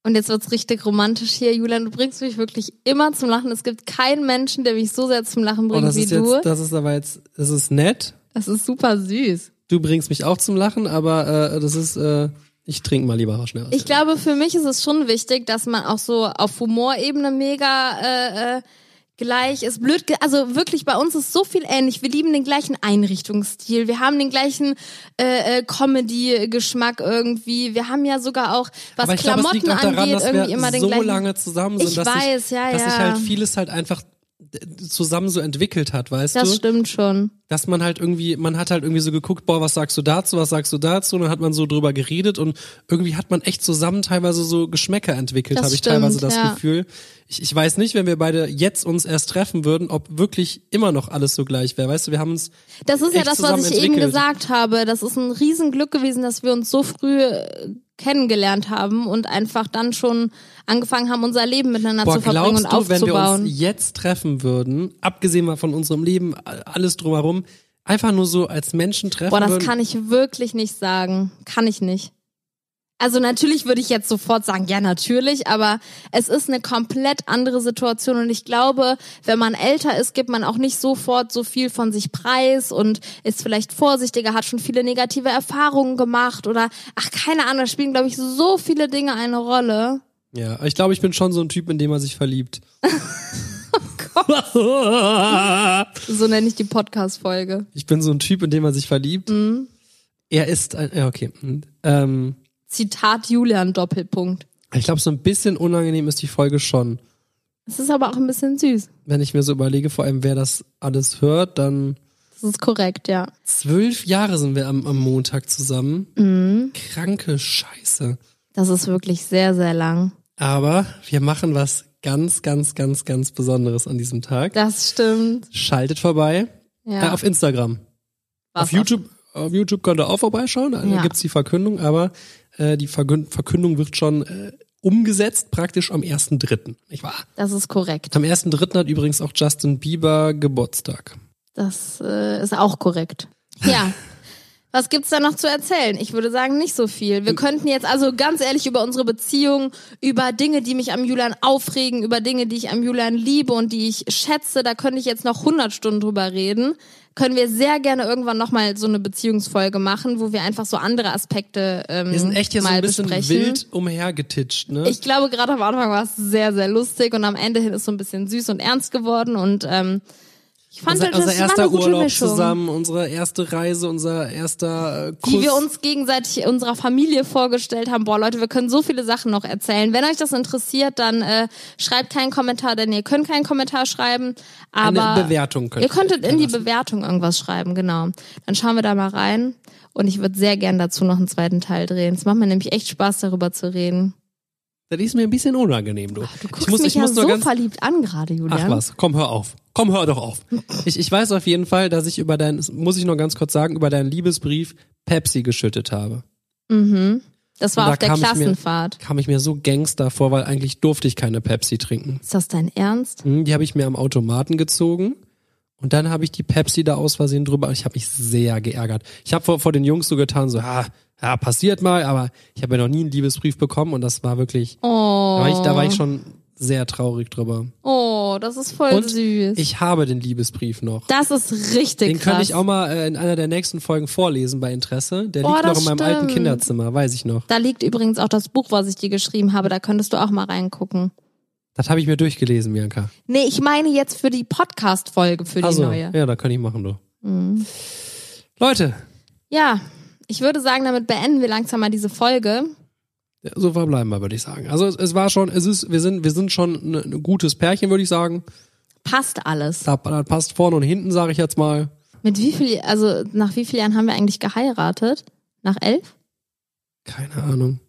Speaker 1: Und jetzt wird's richtig romantisch hier, Julian. Du bringst mich wirklich immer zum Lachen. Es gibt keinen Menschen, der mich so sehr zum Lachen
Speaker 2: Oh,
Speaker 1: bringt
Speaker 2: das
Speaker 1: wie
Speaker 2: ist
Speaker 1: du.
Speaker 2: jetzt, das ist aber jetzt, das ist nett.
Speaker 1: das ist super süß.
Speaker 2: Du bringst mich auch zum Lachen, aber äh, das ist, äh, ich trinke mal lieber schnell was.
Speaker 1: Ich glaube, für mich ist es schon wichtig, dass man auch so auf Humorebene mega äh, äh, gleich ist. Blöd, ge- also wirklich, bei uns ist so viel ähnlich. Wir lieben den gleichen Einrichtungsstil, wir haben den gleichen äh, äh, Comedy-Geschmack irgendwie. Wir haben ja sogar auch, was
Speaker 2: aber ich glaube, es
Speaker 1: Klamotten
Speaker 2: liegt auch daran,
Speaker 1: angeht,
Speaker 2: dass wir
Speaker 1: irgendwie immer den
Speaker 2: so
Speaker 1: gleichen.
Speaker 2: lange zusammen sind,
Speaker 1: Ich
Speaker 2: dass,
Speaker 1: weiß,
Speaker 2: ich,
Speaker 1: ja,
Speaker 2: dass
Speaker 1: ja.
Speaker 2: ich halt vieles halt einfach d- zusammen so entwickelt hat, weißt
Speaker 1: das
Speaker 2: du?
Speaker 1: stimmt schon.
Speaker 2: dass man halt irgendwie, man hat halt irgendwie so geguckt, boah, was sagst du dazu, was sagst du dazu, und dann hat man so drüber geredet und irgendwie hat man echt zusammen teilweise so Geschmäcker entwickelt,
Speaker 1: Das
Speaker 2: habe ich
Speaker 1: stimmt,
Speaker 2: teilweise das
Speaker 1: ja.
Speaker 2: Gefühl. Ich, ich weiß nicht, wenn wir beide jetzt uns erst treffen würden, ob wirklich immer noch alles so gleich wäre. Weißt du, wir haben uns
Speaker 1: Das ist ja
Speaker 2: echt
Speaker 1: das, was
Speaker 2: zusammen
Speaker 1: ich eben
Speaker 2: entwickelt.
Speaker 1: gesagt habe. Das ist ein Riesenglück gewesen, dass wir uns so früh äh, kennengelernt haben und einfach dann schon angefangen haben, unser Leben miteinander
Speaker 2: Boah,
Speaker 1: zu verbringen
Speaker 2: glaubst
Speaker 1: und
Speaker 2: du, wenn wir uns
Speaker 1: aufzubauen.
Speaker 2: jetzt treffen würden, abgesehen mal von unserem Leben, a- alles drumherum, einfach nur so als Menschen treffen
Speaker 1: Boah, das
Speaker 2: würden?
Speaker 1: kann ich wirklich nicht sagen. Kann ich nicht. Also natürlich würde ich jetzt sofort sagen, ja natürlich, aber es ist eine komplett andere Situation und ich glaube, wenn man älter ist, gibt man auch nicht sofort so viel von sich preis und ist vielleicht vorsichtiger, hat schon viele negative Erfahrungen gemacht oder ach keine Ahnung, da spielen glaube ich so viele Dinge eine Rolle.
Speaker 2: ja, ich glaube, ich bin schon so ein Typ, in den man
Speaker 1: *laughs*
Speaker 2: sich verliebt.
Speaker 1: Oh
Speaker 2: *laughs*
Speaker 1: So nenne ich die Podcast Folge.
Speaker 2: Ich bin so ein Typ, in den man sich verliebt. Er ist ein, ja, okay. Ähm,
Speaker 1: Zitat Julian Doppelpunkt.
Speaker 2: ich glaube, so ein bisschen unangenehm ist die Folge schon.
Speaker 1: Es ist aber auch ein bisschen süß.
Speaker 2: Wenn ich mir so überlege, vor allem wer das alles hört, dann
Speaker 1: Das ist korrekt, ja.
Speaker 2: zwölf Jahre sind wir am, am Montag zusammen. Kranke Scheiße.
Speaker 1: Das ist wirklich sehr sehr lang.
Speaker 2: Aber wir machen was ganz, ganz, ganz, ganz Besonderes an diesem Tag.
Speaker 1: Das stimmt.
Speaker 2: Schaltet vorbei.
Speaker 1: Ja.
Speaker 2: Äh, auf Instagram.
Speaker 1: Was
Speaker 2: auf YouTube, auf YouTube könnt ihr auch vorbeischauen, da
Speaker 1: Ja.
Speaker 2: gibt's die Verkündung, aber äh, die Verkün- Verkündung wird schon äh, umgesetzt, praktisch am 1.3., nicht wahr?
Speaker 1: Das ist korrekt.
Speaker 2: Am 1.3. hat übrigens auch Justin Bieber Geburtstag.
Speaker 1: Das äh, ist auch
Speaker 2: *laughs*
Speaker 1: korrekt. Ja. Was gibt's da noch zu erzählen? Ich würde sagen, nicht so viel.
Speaker 2: Äh.
Speaker 1: Wir könnten jetzt also ganz ehrlich über unsere Beziehung, über Dinge, die mich am Julian aufregen, über Dinge, die ich am Julian liebe und die ich schätze, da könnte ich jetzt noch 100 Stunden drüber reden. Können wir sehr gerne irgendwann nochmal so eine Beziehungsfolge machen, wo wir einfach so andere Aspekte ähm,
Speaker 2: Wir sind echt hier so
Speaker 1: mal
Speaker 2: ein bisschen
Speaker 1: besprechen.
Speaker 2: wild umhergetitscht, ne?
Speaker 1: Ich glaube, gerade am Anfang war es sehr, sehr lustig und am Ende hin ist so ein bisschen süß und ernst geworden und ähm, ich fand, halt,
Speaker 2: unser,
Speaker 1: das
Speaker 2: unser
Speaker 1: war eine
Speaker 2: erster
Speaker 1: gute
Speaker 2: Urlaub
Speaker 1: Mischung,
Speaker 2: zusammen, unsere erste Reise, unser erster äh, Kuss.
Speaker 1: die wir uns gegenseitig unserer Familie vorgestellt haben. Boah, Leute, wir können so viele Sachen noch erzählen. Wenn euch das interessiert, dann äh, schreibt keinen Kommentar, denn ihr könnt keinen Kommentar schreiben.
Speaker 2: eine
Speaker 1: Aber
Speaker 2: Bewertung könnt
Speaker 1: ihr könntet in die
Speaker 2: hinterlassen.
Speaker 1: Bewertung irgendwas schreiben, genau. Dann schauen wir da mal rein und ich würde sehr gern dazu noch einen zweiten Teil drehen. Es macht mir nämlich echt Spaß, darüber zu reden.
Speaker 2: Das ist mir ein bisschen unangenehm, du.
Speaker 1: Du guckst
Speaker 2: ich muss,
Speaker 1: mich
Speaker 2: ich
Speaker 1: ja
Speaker 2: muss
Speaker 1: so
Speaker 2: nur ganz
Speaker 1: verliebt an gerade, Julian.
Speaker 2: Ach was, komm, hör auf. Komm, hör doch auf. Ich, ich weiß auf jeden Fall, dass ich über deinen, das muss ich noch ganz kurz sagen, über deinen Liebesbrief Pepsi geschüttet habe.
Speaker 1: Das
Speaker 2: Und
Speaker 1: war
Speaker 2: da
Speaker 1: auf der
Speaker 2: kam ich mir-
Speaker 1: Klassenfahrt.
Speaker 2: Kam ich mir so Gangster vor, weil eigentlich durfte ich keine Pepsi trinken.
Speaker 1: Ist das dein Ernst?
Speaker 2: Hm, Die habe ich mir am Automaten gezogen und dann habe ich die Pepsi da aus Versehen drüber. Ich habe mich sehr geärgert. Ich habe vor, vor den Jungs so getan, so, ah, ja, passiert mal, aber ich habe ja noch nie einen Liebesbrief bekommen und das war wirklich, da,
Speaker 1: Oh,
Speaker 2: war ich, da war ich schon sehr traurig drüber.
Speaker 1: oh das ist voll
Speaker 2: Und
Speaker 1: süß.
Speaker 2: ich habe den Liebesbrief noch.
Speaker 1: das ist richtig
Speaker 2: Den
Speaker 1: krass.
Speaker 2: könnte ich auch mal äh, in einer der nächsten Folgen vorlesen bei Interesse. Der
Speaker 1: Oh,
Speaker 2: liegt noch
Speaker 1: das
Speaker 2: in meinem alten
Speaker 1: stimmt.
Speaker 2: Kinderzimmer, weiß ich noch.
Speaker 1: da liegt übrigens auch das Buch, was ich dir geschrieben habe. Da könntest du auch mal reingucken.
Speaker 2: Das habe ich mir durchgelesen, Bianca.
Speaker 1: Nee, ich meine jetzt für die Podcast-Folge, für die
Speaker 2: Also,
Speaker 1: neue. Mhm.
Speaker 2: ja, da kann ich machen, du. Leute,
Speaker 1: Ja, ich würde sagen, damit beenden wir langsam mal diese Folge.
Speaker 2: so verbleiben wir, würde ich sagen. Also es, es war schon, es ist, wir sind, wir sind schon ein, ein gutes Pärchen, würde ich sagen.
Speaker 1: Passt alles.
Speaker 2: Da, da passt vorne und hinten, sage ich jetzt mal.
Speaker 1: Mit wie viel, also nach wie vielen Jahren haben wir eigentlich geheiratet? Nach elf?
Speaker 2: Keine Ahnung.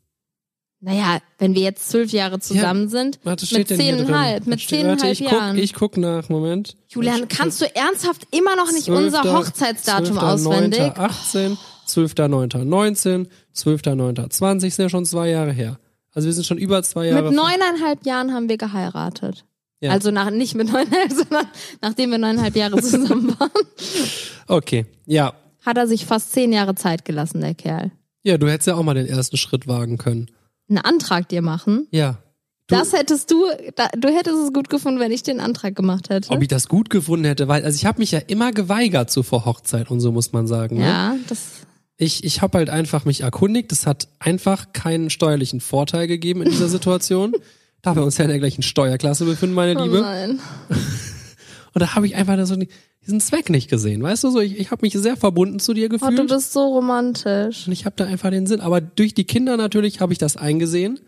Speaker 1: Naja, wenn wir jetzt zwölf Jahre zusammen sind,
Speaker 2: Was steht
Speaker 1: mit
Speaker 2: denn hier drin?
Speaker 1: zehneinhalb, mit
Speaker 2: Was steht- warte,
Speaker 1: zehneinhalb
Speaker 2: ich guck-
Speaker 1: Jahren.
Speaker 2: Ich guck nach, Moment.
Speaker 1: Julian, kannst du
Speaker 2: also
Speaker 1: ernsthaft immer noch nicht unser Hochzeitsdatum auswendig?
Speaker 2: 18, 12.9.19, 12.9.20 sind ja schon zwei Jahre her. Also wir sind schon über zwei Jahre.
Speaker 1: Mit neuneinhalb Jahren haben wir geheiratet.
Speaker 2: Ja.
Speaker 1: Also nach, nicht mit neuneinhalb, *laughs* sondern nachdem wir neuneinhalb Jahre zusammen
Speaker 2: *laughs*
Speaker 1: waren,
Speaker 2: okay, ja.
Speaker 1: hat er sich fast zehn Jahre Zeit gelassen, der Kerl.
Speaker 2: Ja, du hättest ja auch mal den ersten Schritt wagen können.
Speaker 1: einen Antrag dir machen.
Speaker 2: Ja. Du-
Speaker 1: Das hättest du, da, du hättest es gut gefunden, wenn ich den Antrag gemacht hätte.
Speaker 2: Ob ich das gut gefunden hätte, weil, also ich habe mich ja immer geweigert so vor Hochzeit und so muss man sagen. Ne?
Speaker 1: ja, das,
Speaker 2: Ich, ich habe halt einfach mich erkundigt. Das hat einfach keinen steuerlichen Vorteil gegeben in
Speaker 1: *laughs*
Speaker 2: dieser Situation. da wir uns ja in der gleichen Steuerklasse befinden, meine
Speaker 1: oh
Speaker 2: Liebe.
Speaker 1: nein.
Speaker 2: Und da habe ich einfach so die- diesen Zweck nicht gesehen. Weißt du so, ich, ich habe mich sehr verbunden zu dir
Speaker 1: Oh,
Speaker 2: gefühlt.
Speaker 1: du bist so romantisch.
Speaker 2: und ich habe da einfach den Sinn. Aber durch die Kinder natürlich habe ich
Speaker 1: *laughs*
Speaker 2: das eingesehen.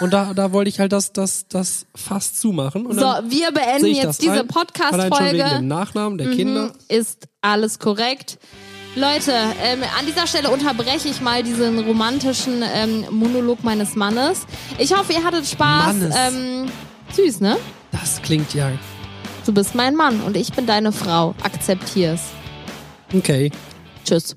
Speaker 2: und da, da wollte ich halt das, das, das fast zumachen. Und
Speaker 1: So,
Speaker 2: dann
Speaker 1: wir
Speaker 2: sehe
Speaker 1: beenden
Speaker 2: ich das
Speaker 1: jetzt diese
Speaker 2: rein. Allein schon wegen dem
Speaker 1: Podcast-Folge. Mhm.
Speaker 2: Nachnamen der Kinder.
Speaker 1: Ist alles korrekt. Leute, ähm, an dieser Stelle unterbreche ich mal diesen romantischen ähm, Monolog meines Mannes. Ich hoffe, ihr hattet Spaß.
Speaker 2: Mannes.
Speaker 1: Ähm, süß, ne?
Speaker 2: Das klingt ja
Speaker 1: Du bist mein Mann und ich bin deine Frau. Akzeptier's.
Speaker 2: okay.
Speaker 1: Tschüss.